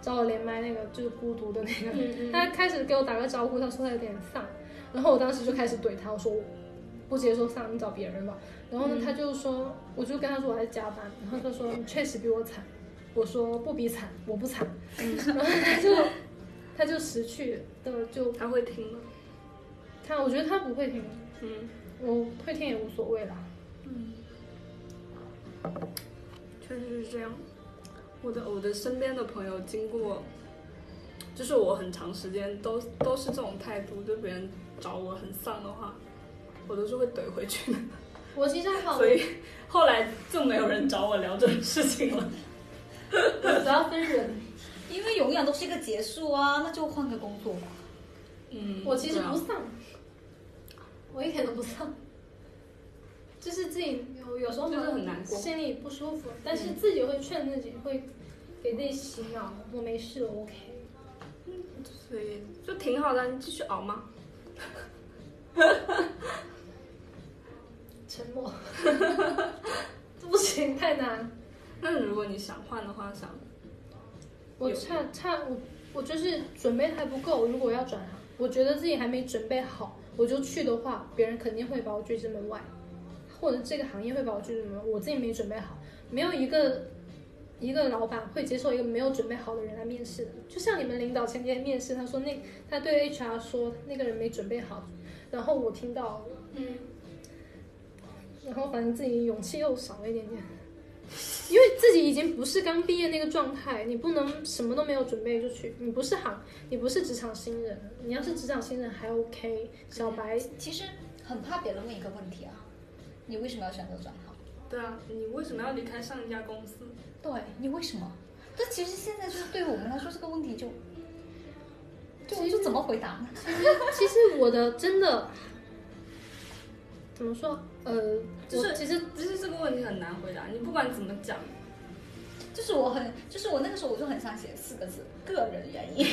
Speaker 2: 找我连麦那个就是孤独的那个，
Speaker 3: 嗯
Speaker 2: 他开始给我打个招呼，他说他有点丧，然后我当时就开始怼他，我说我不接受丧，你找别人吧。然后呢，他就说，我就跟他说我在加班，然后他说你确实比我惨，我说不比惨，我不惨，然后他就他就识趣的就
Speaker 3: 他会听吗？
Speaker 2: 他，我觉得他不会听，
Speaker 3: 嗯
Speaker 2: 我会听也无所谓啦。
Speaker 3: 嗯，确实是这样。我的我的身边的朋友经过，就是我很长时间都都是这种态度，就别人找我很丧的话，我都是会怼回去的。
Speaker 2: 我其实还好，
Speaker 3: 所以后来就没有人找我聊这种事情了。
Speaker 2: 我只要分人。
Speaker 1: 因为永远都是一个结束啊，那就换个工作吧。
Speaker 3: 嗯，啊
Speaker 2: 我其实不
Speaker 3: 对啊
Speaker 2: 上，我一点都不上，就是自己有有时候
Speaker 3: 就是很难过嗯
Speaker 2: 心里不舒服，但是自己会劝自己，会给自己洗脑，我没事，我 OK。
Speaker 3: 所以就挺好的，你继续熬嘛。
Speaker 2: 沉默， 这不行，太难。
Speaker 3: 那如果你想换的话，想
Speaker 2: 我差差我我就是准备还不够，如果要转行，我觉得自己还没准备好，我就去的话，别人肯定会把我拒之门外，或者这个行业会把我拒之门外。我自己没准备好，没有一个一个老板会接受一个没有准备好的人来面试的。就像你们领导前几天面试，他说那他对 HR 说那个人没准备好，然后我听到了，
Speaker 3: 嗯，
Speaker 2: 然后反正自己勇气又少了一点点，因为自己已经不是刚毕业那个状态，你不能什么都没有准备就去，你不是行，你不是职场新人，你要是职场新人还 OK，小 白
Speaker 1: 其实很怕别人问一个问题啊，你为什么要选择转行？
Speaker 3: 对啊，你为什么要离开上一家公司？
Speaker 1: 对你为什么？这其实现在就是对我们来说这个问题就，就
Speaker 2: 其实
Speaker 1: 就怎么回答呢？
Speaker 2: 其实我的真的怎么说，呃，
Speaker 3: 就
Speaker 2: 我
Speaker 3: 是
Speaker 2: 其实
Speaker 3: 其实这个问题很难回答，你不管怎么讲，
Speaker 1: 就是我很，就是我那个时候我就很想写四个字：个人原因。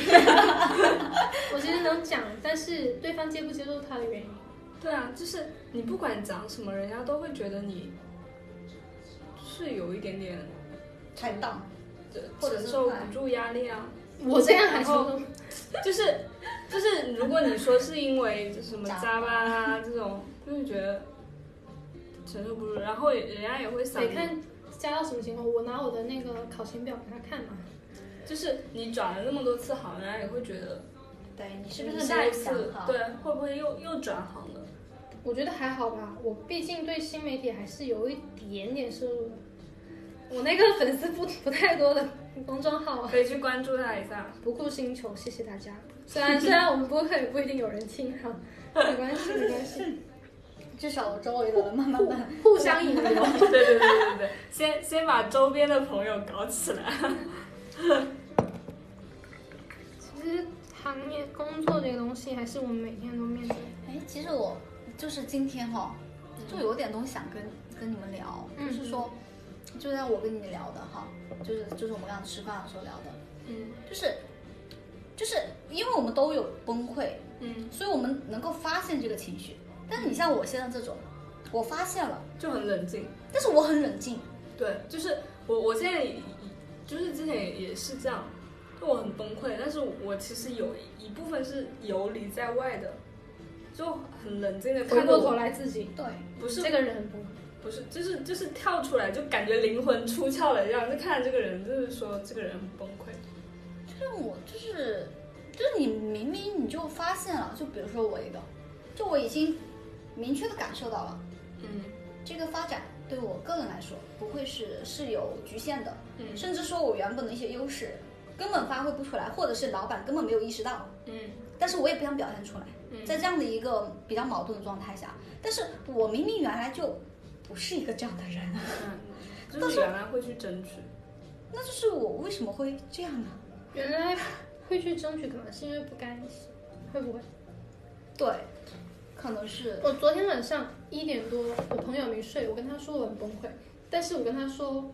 Speaker 2: 我其实能讲，但是对方接不接受他的原因，
Speaker 3: 对啊，就是你不管讲什么，人家都会觉得你是有一点点
Speaker 1: 太荡，
Speaker 3: 的
Speaker 1: 或者
Speaker 3: 承
Speaker 1: 是
Speaker 3: 受
Speaker 1: 快
Speaker 3: 不住压力啊。
Speaker 2: 我这样还
Speaker 3: 然后
Speaker 2: 说
Speaker 3: 就是就是，如果你说是因为就是什么
Speaker 1: 渣
Speaker 3: 渣巴啊这种，就是觉得承受不住，然后也人家也会想
Speaker 2: 得，看加到什么情况，我拿我的那个考勤表给他看嘛。
Speaker 3: 就是你转了那么多次行，人家也会觉得
Speaker 1: 对你是
Speaker 3: 你
Speaker 1: 不是
Speaker 3: 下
Speaker 1: 没
Speaker 3: 一
Speaker 1: 有想
Speaker 3: 次
Speaker 1: 好？
Speaker 3: 对会不会又又转行了？
Speaker 2: 我觉得还好吧，我毕竟对新媒体还是有一点点摄入的。我那个粉丝不不太多的公众号
Speaker 1: 哦
Speaker 2: 啊，
Speaker 3: 可以去关注他一下。
Speaker 2: 不顾星球，谢谢大家。虽然虽然我们播客也不一定有人听哈，没关系没关系，
Speaker 1: 至少我周围的人慢慢慢
Speaker 2: 互互相引流。
Speaker 3: 对对对对对，先先把周边的朋友搞起来。
Speaker 2: 其实行业工作这个东西，还是我们每天都面对。
Speaker 1: 哎，其实我就是今天哈、就有点东西想跟跟你们聊，
Speaker 2: 嗯
Speaker 1: 就是说，就像我跟你聊的哈，就是就是我们刚吃饭的时候聊的，
Speaker 3: 嗯
Speaker 1: 就是就是因为我们都有崩溃，
Speaker 3: 嗯，
Speaker 1: 所以我们能够发现这个情绪。但是你像我现在这种，我发现了，
Speaker 3: 就很冷静。
Speaker 1: 但是我很冷静，
Speaker 3: 对，就是我我现在也就是之前也也是这样，就我很崩溃，但是我其实有一部分是游离在外的，就很冷静的
Speaker 2: 回
Speaker 3: 看到
Speaker 2: 过头
Speaker 3: 我，
Speaker 2: 来自己，
Speaker 1: 对，
Speaker 3: 不是
Speaker 2: 这个人很崩
Speaker 3: 不是，就是就是跳出来，就感觉灵魂出窍了一样，就看着这个人，就是说这个人很崩溃。
Speaker 1: 就是我就是就是你明明你就发现了，就比如说我一个，就我已经明确的感受到了
Speaker 3: 嗯
Speaker 1: 这个发展对我个人来说不会是是有局限的，
Speaker 3: 嗯
Speaker 1: 甚至说我原本的一些优势根本发挥不出来，或者是老板根本没有意识到，
Speaker 3: 嗯
Speaker 1: 但是我也不想表现出来，
Speaker 3: 嗯
Speaker 1: 在这样的一个比较矛盾的状态下，但是我明明原来就不是一个这样的人啊。
Speaker 3: 嗯， 就是原来会去争取。
Speaker 1: 那就是我为什么会这样呢？
Speaker 2: 原来会去争取，可能是因为不甘心，会不会？
Speaker 1: 对，可能是
Speaker 2: 我昨天晚上一点多，我朋友没睡，我跟他说我很崩溃，但是我跟他说，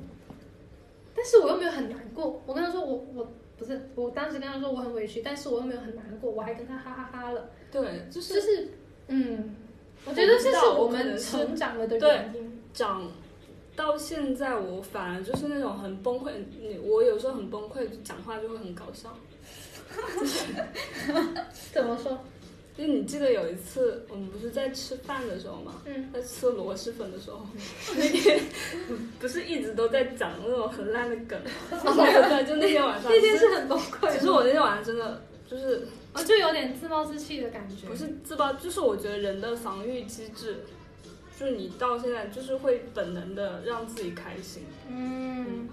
Speaker 2: 但是我又没有很难过，我跟他说我我不是，我当时跟他说我很委屈，但是我又没有很难过，我还跟他哈哈哈了，
Speaker 3: 对，就
Speaker 2: 就是是嗯，我觉得这是我们成长了的原因，
Speaker 3: 长到现在，我反而就是那种很崩溃，你我有时候很崩溃，讲话就会很搞笑。
Speaker 2: 怎么说？
Speaker 3: 就你记得有一次，我们不是在吃饭的时候嘛，
Speaker 2: 嗯，
Speaker 3: 在吃螺蛳粉的时候，那 天不是一直都在讲那种很烂的 梗吗？对，就那天晚上，
Speaker 2: 那天
Speaker 3: 其实
Speaker 2: 是很 崩溃，
Speaker 3: 其实我那天晚上真的就是
Speaker 2: 我就有点自暴自弃的感觉
Speaker 3: 不，是自爆，就是我觉得人的防御机制，就是你到现在就是会本能的让自己开心。
Speaker 2: 嗯，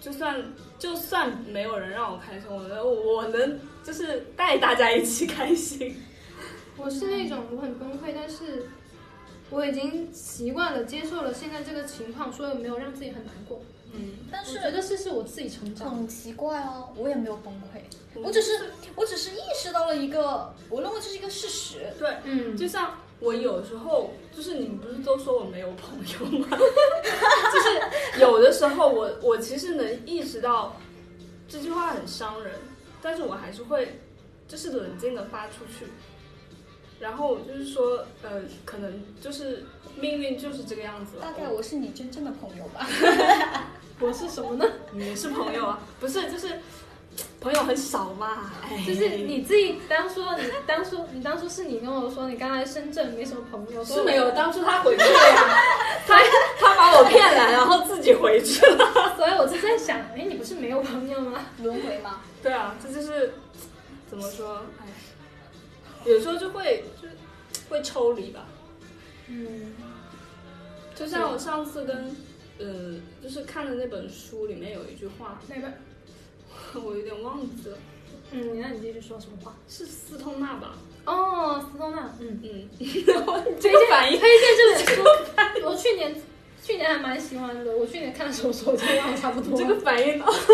Speaker 3: 就算就算没有人让我开心，我能我能就是带大家一起开心。
Speaker 2: 我是那种我很崩溃，但是我已经习惯了，接受了现在这个情况，所以没有让自己很难过。
Speaker 3: 嗯，
Speaker 1: 但
Speaker 2: 我
Speaker 1: 是
Speaker 2: 觉得这是我自己成长。
Speaker 1: 很奇怪哦，我也没有崩溃，
Speaker 3: 嗯
Speaker 1: 我只是我只是意识到了一个，我认为这是一个事实。
Speaker 3: 对，
Speaker 2: 嗯，
Speaker 3: 就像我有时候，就是你们不是都说我没有朋友 吗？就是有的时候我，我其实能意识到这句话很伤人，但是我还是会就是冷静的发出去。然后我就是说，呃，可能就是命运就是这个样子了。
Speaker 1: 大概我是你真正的朋友吧。
Speaker 2: 我是什么呢？
Speaker 3: 你是朋友啊， 不是就是朋友很少嘛，哎，
Speaker 2: 就是你自己当初，你当初，你当初是你跟我说你刚来深圳没什么朋友，
Speaker 3: 是没有，当初他回去 了呀，他他把我骗来，然后自己回去了。
Speaker 2: 所以我就在想，哎，你不是没有朋友吗？
Speaker 1: 轮回吗？
Speaker 3: 对啊，这就是怎么说？哎，有时候就会就是会抽离吧。
Speaker 2: 嗯，
Speaker 3: 就像我上次跟呃，就是看的那本书里面有一句话，
Speaker 2: 那个，
Speaker 3: 我有点忘记了，
Speaker 2: 嗯，那你继续说什么话？
Speaker 3: 是斯通纳吧？
Speaker 2: 哦，斯通纳，嗯，
Speaker 3: 嗯，然后你这个
Speaker 2: 推荐
Speaker 3: 反
Speaker 2: 推
Speaker 3: 应，
Speaker 2: 荐这本书，我去年去年还蛮喜欢的，我去年看的时候说我就忘了差不 多。
Speaker 3: 这个反应，
Speaker 2: 斯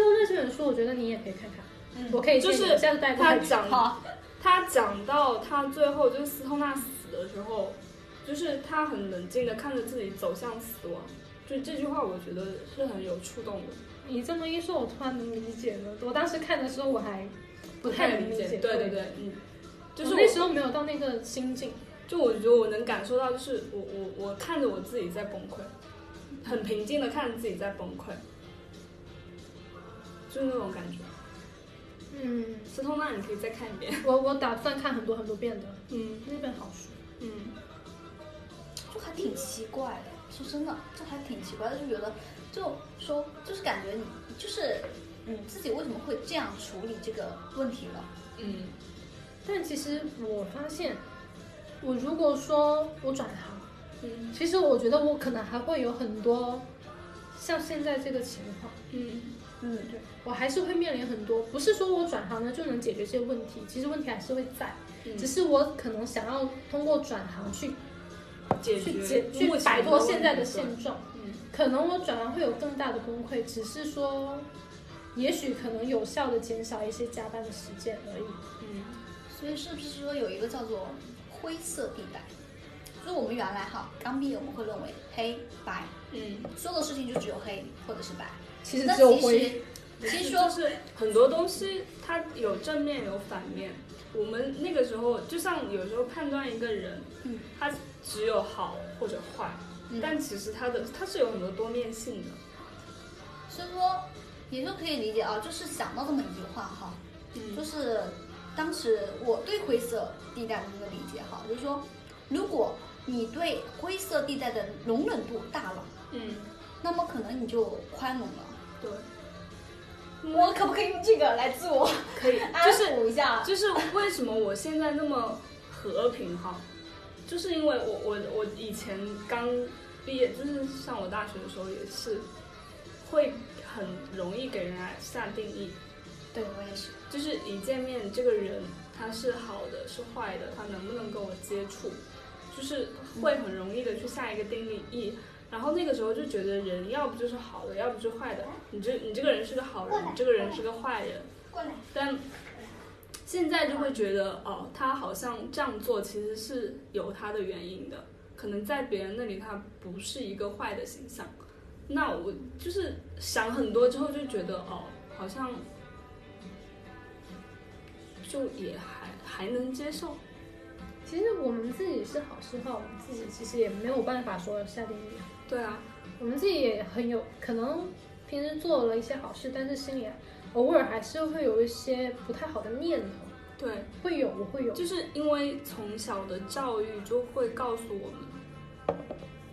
Speaker 2: 通纳这本书，我觉得你也可以看看，
Speaker 1: 嗯
Speaker 2: 我可以
Speaker 3: 就是
Speaker 2: 建议你下次带过
Speaker 3: 哎他
Speaker 2: 来看。
Speaker 3: 讲
Speaker 1: 好，
Speaker 3: 他讲到他最后就是斯通纳死的时候，就是他很冷静的看着自己走向死亡，就这句话我觉得是很有触动的。
Speaker 2: 你这么一说，我突然能理解了。我当时看的时候，我还不太能解，
Speaker 3: 对对，对，嗯，就是
Speaker 2: 我
Speaker 3: 我
Speaker 2: 那时候没有到那个心境。
Speaker 3: 就我觉得我能感受到，就是我我我看着我自己在崩溃，很平静的看着自己在崩溃，就是那种感觉。
Speaker 2: 嗯，
Speaker 3: 斯通纳你可以再看一遍，
Speaker 2: 我我打算看很多很多遍的，
Speaker 3: 嗯
Speaker 2: 那本好书。
Speaker 3: 嗯，
Speaker 1: 就还挺奇怪的，说真的，就还挺奇怪的，就觉得就说就是感觉你就是你自己为什么会这样处理这个问题了？
Speaker 3: 嗯
Speaker 2: 但其实我发现，我如果说我转行，
Speaker 3: 嗯
Speaker 2: 其实我觉得我可能还会有很多像现在这个情况，
Speaker 3: 嗯
Speaker 1: 嗯，
Speaker 2: 对我还是会面临很多，不是说我转行了就能解决这些问题，其实问题还是会在，
Speaker 3: 嗯，
Speaker 2: 只是我可能想要通过转行去
Speaker 3: 解
Speaker 2: 去
Speaker 3: 决
Speaker 2: 解去
Speaker 3: 目前
Speaker 2: 摆脱
Speaker 3: 问
Speaker 2: 现在
Speaker 3: 题
Speaker 2: 的
Speaker 3: 对
Speaker 2: 现状。
Speaker 3: 嗯
Speaker 2: 可能我转行会有更大的崩溃，只是说，也许可能有效的减少一些加班的时间而已。
Speaker 3: 嗯
Speaker 1: 所以是不是说有一个叫做灰色地带？就是我们原来哈刚毕业，我们会认为黑白，
Speaker 3: 嗯，
Speaker 1: 所有的事情就只有黑或者是白。
Speaker 2: 其
Speaker 1: 那其实
Speaker 3: 不
Speaker 1: 其
Speaker 3: 是
Speaker 1: 实
Speaker 3: 就
Speaker 1: 说
Speaker 3: 是很多东西它有正面有反面。我们那个时候就像有时候判断一个人，
Speaker 1: 嗯
Speaker 3: 他只有好或者坏，
Speaker 1: 嗯
Speaker 3: 但其实它的它是有很多多面性的。
Speaker 1: 所以说也就可以理解啊，就是想到这么一句话哈，就
Speaker 3: 嗯
Speaker 1: 是当时我对灰色地带的一个理解哈，就是说，如果你对灰色地带的容忍度大了，
Speaker 3: 嗯，
Speaker 1: 那么可能你就宽容了。
Speaker 3: 对，
Speaker 1: 我可不可以用这个来自我
Speaker 3: 可以，
Speaker 1: 安
Speaker 3: 就是
Speaker 1: 抚一下？
Speaker 3: 就是为什么我现在那么和平哈，就是因为我我我以前刚毕业，就是上我大学的时候也是，会很容易给人家下定义，
Speaker 1: 对我也是，
Speaker 3: 就是一见面这个人他是好的是坏的，他能不能跟我接触，就是会很容易的去下一个定义。然后那个时候就觉得人要不就是好的，要不就是坏的。你这你这个人是个好人，你这个人是个坏人。
Speaker 1: 过来。
Speaker 3: 但现在就会觉得，哦，他好像这样做其实是有他的原因的，可能在别人那里他不是一个坏的形象。那我就是想很多之后就觉得，哦，好像就也还还能接受。
Speaker 2: 其实我们自己是好是坏，我们自己其实也没有办法说下定义。
Speaker 3: 对啊，
Speaker 2: 我们自己也很有可能平时做了一些好事，但是心里偶尔还是会有一些不太好的念头，
Speaker 3: 对，
Speaker 2: 会有，我会有。
Speaker 3: 就是因为从小的教育就会告诉我们，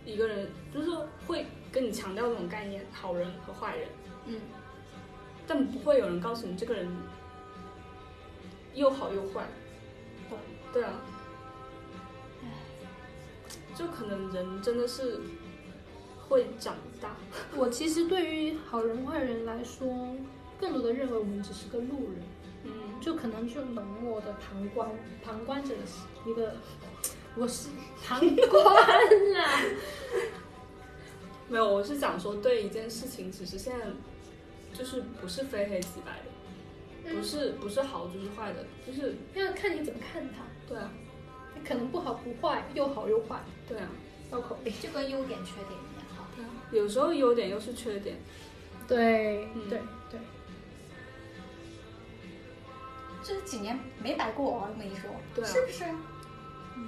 Speaker 3: 一个人就是会跟你强调这种概念，好人和坏人。
Speaker 1: 嗯，
Speaker 3: 但不会有人告诉你这个人又好又坏。
Speaker 1: 对
Speaker 3: 对啊，就可能人真的是会长大。
Speaker 2: 我其实对于好人坏人来说，更多的认为我们只是个路人。
Speaker 3: 嗯，
Speaker 2: 就可能就冷漠的旁观，旁观者的一个我是旁观啊啦。
Speaker 3: 没有，我是想说对一件事情，其实现在就是不是非黑即白的，不是
Speaker 1: 嗯
Speaker 3: 不是好就是坏的，就是
Speaker 2: 要看你怎么看它，
Speaker 3: 对啊
Speaker 2: 可能不好不坏，又好又坏，
Speaker 3: 对啊
Speaker 2: 绕口令。
Speaker 1: 就跟优点缺点一样哈。
Speaker 3: 对啊，有时候优点又是缺点，
Speaker 2: 对
Speaker 3: 嗯
Speaker 2: 对对，
Speaker 1: 这几年没白过啊，这么一说，
Speaker 3: 对啊
Speaker 1: 是不是？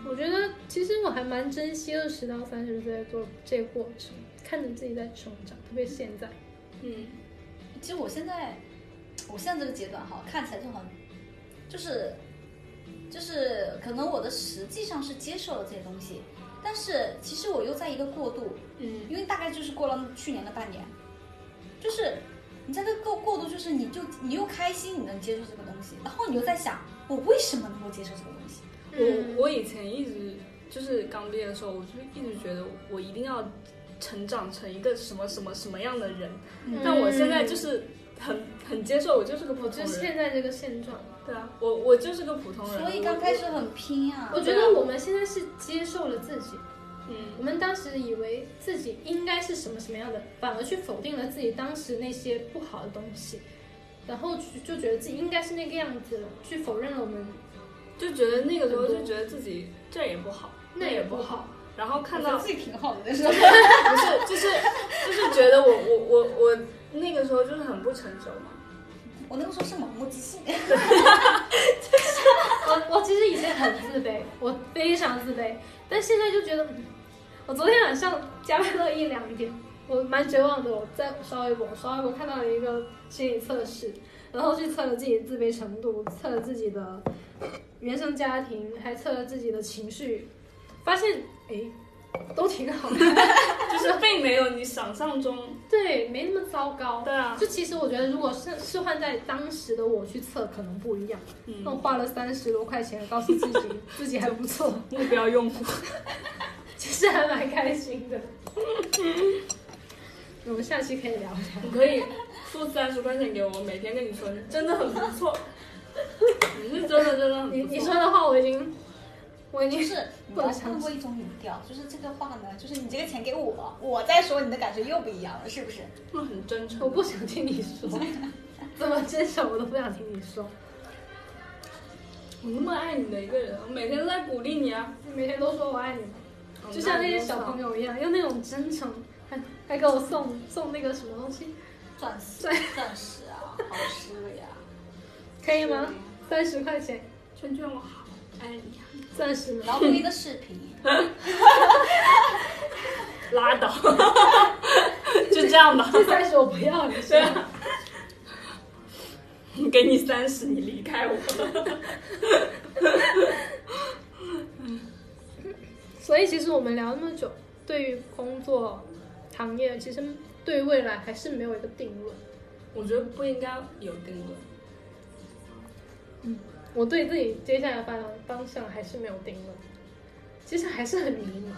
Speaker 2: 我觉得其实我还蛮珍惜二十到三十岁做这个过程，看着自己在成长，特别现在。
Speaker 3: 嗯，
Speaker 1: 其实我现在，我现在这个阶段哈，看起来就很，就是，就是可能我的实际上是接受了这些东西，但是其实我又在一个过渡，
Speaker 3: 嗯，
Speaker 1: 因为大概就是过了去年的半年，就是你在这个过过渡，就是你就你又开心，你能接受这个东西，然后你又在想，我为什么能够接受这个东西？嗯
Speaker 3: 我我以前一直就是刚毕业的时候，我就一直觉得我一定要成长成一个什么什么什么样的人，
Speaker 1: 嗯
Speaker 3: 但我现在就是很很接受，我就是个普
Speaker 2: 我
Speaker 3: 通
Speaker 2: 就是
Speaker 3: 人，
Speaker 2: 现在这个现状。
Speaker 3: 对啊，我我就是个普通人，
Speaker 1: 所以
Speaker 3: 我
Speaker 1: 刚开始，很拼啊
Speaker 2: 我，觉得我们现在是接受了自己，
Speaker 3: 嗯
Speaker 2: 我们当时以为自己应该是什么什么样的，反而去否定了自己当时那些不好的东西，然后去就觉得自己应该是那个样子了，去否认了我们
Speaker 3: 就觉得那个时候就觉得自己这也不好，
Speaker 2: 那
Speaker 3: 也
Speaker 2: 也
Speaker 3: 不
Speaker 2: 不
Speaker 3: 好
Speaker 2: 好，
Speaker 3: 然后看
Speaker 1: 我觉得
Speaker 3: 到
Speaker 1: 自己挺好的那时候。
Speaker 3: 不是，就是就是觉得我我我我那个时候就是很不成熟嘛。
Speaker 1: 我那个时候是盲目自信，
Speaker 2: 我我其实以前很自卑，我非常自卑，但现在就觉得，嗯我昨天晚上加班到一两点，我蛮绝望的。我在刷微博，刷微博看到了一个心理测试，然后去测了自己的自卑程度，测了自己的原生家庭，还测了自己的情绪，发现诶都挺好的，
Speaker 3: 就是并没有你想象中，
Speaker 2: 对，没那么糟糕。
Speaker 3: 对啊，
Speaker 2: 就其实我觉得，如果是是换在当时的我去测，可能不一样。那我
Speaker 3: 嗯，
Speaker 2: 花了三十多块钱，告诉自 己自己还不错。
Speaker 3: 目标用户，
Speaker 2: 其实还蛮开心的。 我们下期可以聊聊。
Speaker 3: 你可以付三十块钱给我，每天跟你说，你真的很不错，你是真的真的很不错。
Speaker 2: 你你说的话我已经，我已
Speaker 1: 就
Speaker 2: 经
Speaker 1: 是你
Speaker 2: 不
Speaker 1: 要
Speaker 2: 能相
Speaker 1: 换过一种语调，就是这个话呢，就是你这个钱给我，我再说你的感觉又不一样了，是不是？
Speaker 3: 他们很真诚，
Speaker 2: 我不想听你说，怎么真诚我都不想听你说。
Speaker 3: 我那么爱你的一个人，我每天都在鼓励你啊，
Speaker 2: 你每天都说我爱你，就像那些小朋
Speaker 3: 友，
Speaker 2: 友一样，用那种真诚，还还给我送送那个什么东西，
Speaker 1: 钻石，钻石啊，好吃的 呀。
Speaker 2: 可以吗？三十块钱，
Speaker 3: 圈圈我好爱你啊，
Speaker 2: 暂时没有。
Speaker 1: 老龟的视频，
Speaker 3: 拉倒， 就这样吧，
Speaker 2: 这三十我不要，你说。
Speaker 3: 给你三十，你离开我。
Speaker 2: 所以其实我们聊那么久，对于工作行业，其实对于未来还是没有一个定论。
Speaker 3: 我觉得不应该有定论，
Speaker 2: 我对自己接下来发展方向还是没有定论，其实还是很迷茫，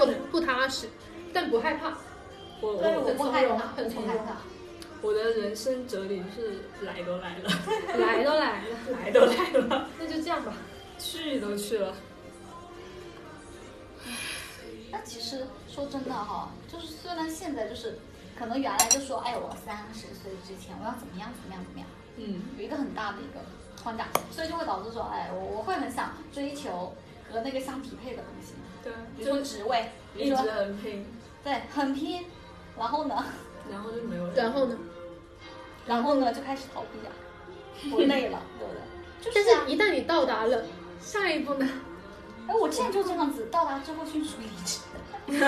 Speaker 3: 或
Speaker 2: 不
Speaker 3: 者
Speaker 2: 不踏实，但不害怕。
Speaker 3: 我
Speaker 1: 但是
Speaker 3: 我
Speaker 1: 我不害怕，
Speaker 2: 很
Speaker 1: 不
Speaker 2: 从容
Speaker 1: 害怕。
Speaker 3: 我的人生哲理是来都来 了，
Speaker 2: 来都来了，
Speaker 3: 来都来了，
Speaker 2: 那就这样吧。
Speaker 3: 去都去了，
Speaker 1: 那其实说真的哈、就是虽然现在就是，可能原来就说，哎，我三十岁之前我要怎么样怎么样怎么样，
Speaker 3: 嗯，
Speaker 1: 有一个很大的一个框架，所以就会导致说，哎，我我会很想追求和那个相匹配的东西，比
Speaker 3: 对，啊
Speaker 1: 如说
Speaker 3: 就
Speaker 1: 职位，比
Speaker 3: 一
Speaker 1: 如说
Speaker 3: 直很拼，
Speaker 1: 对，很拼，然后呢？
Speaker 3: 然后就没有人，
Speaker 2: 然后呢？
Speaker 1: 然后呢就开始逃避 啊，我累了，对不对？就
Speaker 2: 但
Speaker 1: 是啊
Speaker 2: 是，一旦你到达了下一步呢？
Speaker 1: 哎，我之前就这样子，到达之后迅速离职，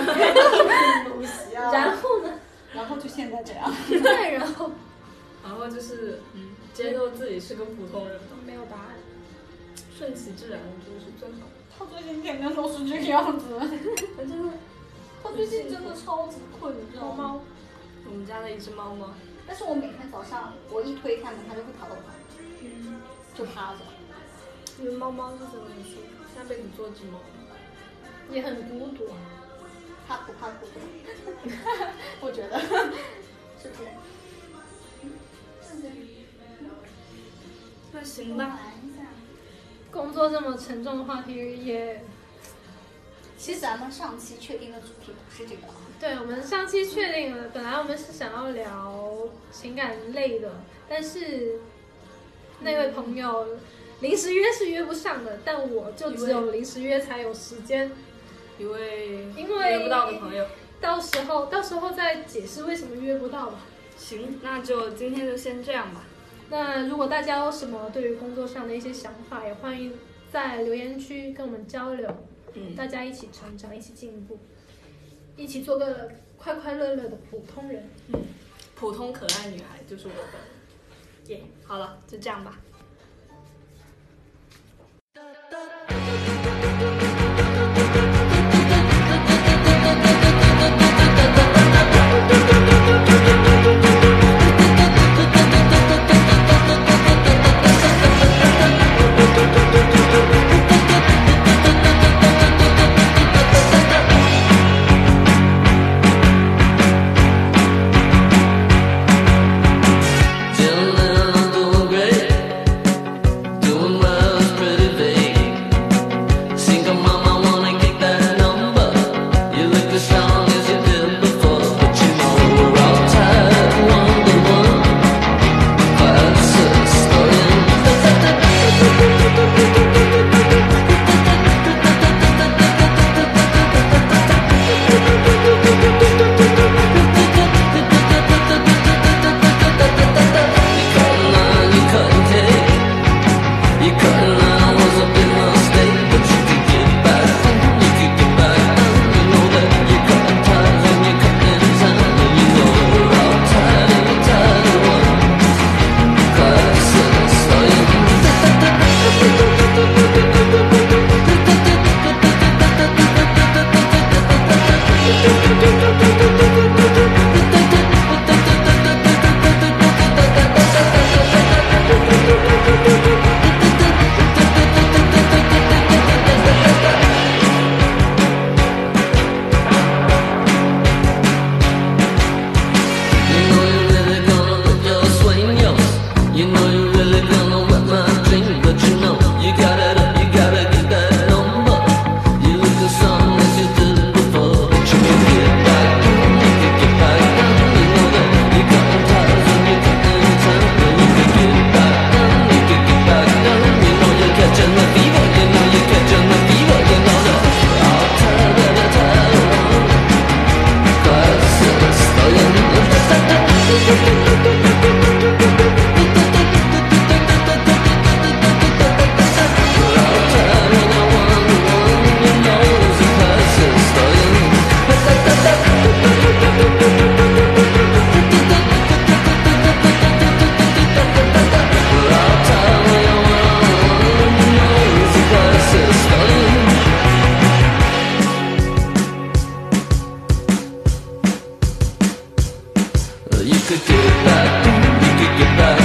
Speaker 1: 东西
Speaker 2: 然后呢？
Speaker 1: 然后就现在这样，
Speaker 2: 再然后
Speaker 3: 然后就是嗯，接受自己是个普通人吧，
Speaker 2: 没有答案。
Speaker 3: 顺其自然，我觉得是最好的。
Speaker 1: 他最近天天都是这个样子，
Speaker 3: 但真的，
Speaker 1: 他最近真的超级困，你知道
Speaker 2: 猫
Speaker 1: 吗？
Speaker 2: 猫，
Speaker 3: 嗯我们家的一只猫猫，
Speaker 1: 但是我每天早上我一推开门，它就会爬到我旁边，
Speaker 2: 嗯
Speaker 1: 就趴着。
Speaker 3: 因为猫猫是真的很舒服，下辈子做只猫。
Speaker 2: 也很孤独。啊
Speaker 1: 怕不怕 孤独？我觉得是不是？
Speaker 2: 嗯
Speaker 3: 那行
Speaker 1: 你
Speaker 3: 吧，
Speaker 1: 玩一下。
Speaker 2: 公工作这么沉重的话题也，
Speaker 1: 其实咱们上期确定的主题不是这个啊，
Speaker 2: 对我们上期确定了，本来我们是想要聊情感类的，但是那位朋友临时约是约不上的，但我就只有临时约才有时间，
Speaker 3: 一位
Speaker 2: 因为
Speaker 3: 约不到的朋友。
Speaker 2: 到时候到时候再解释为什么约不到吧。
Speaker 3: 行，那就今天就先这样吧。
Speaker 2: 那如果大家有什么对于工作上的一些想法，也欢迎在留言区跟我们交流，
Speaker 3: 嗯，
Speaker 2: 大家一起成长，一起进步，一起做个快快乐乐的普通人。
Speaker 3: 普通可爱女孩就是我的。耶、好了，就这样吧。
Speaker 4: Till then I'm doing great, doing well, it's pretty vague. Single mom, I wanna get that number. You look as strong as you did before, but you know we're all tired, one to one. Five, six, stolen. You couldn't lie, you couldn't take. You couldn't lie, was a big mistake, but you could get back. You could get back. You know that you couldn't time and you couldn't time, and you know we're all tired, tired of one. Five, six, stolen. You know you're really gonna let your swing yours. You know you're really gonna wet my dream, but you know you got it up, you gotta get that number. You look as strong as you did before, but you can get back, you can get back. You know that you got the ties and you got the time, but you can get back, you can get back. You know you're catching the fever, you know you're catching the fever, you know that. I'll tell you that I'll tell you one, five, six, seven. Stolen. You could get back, you could get back.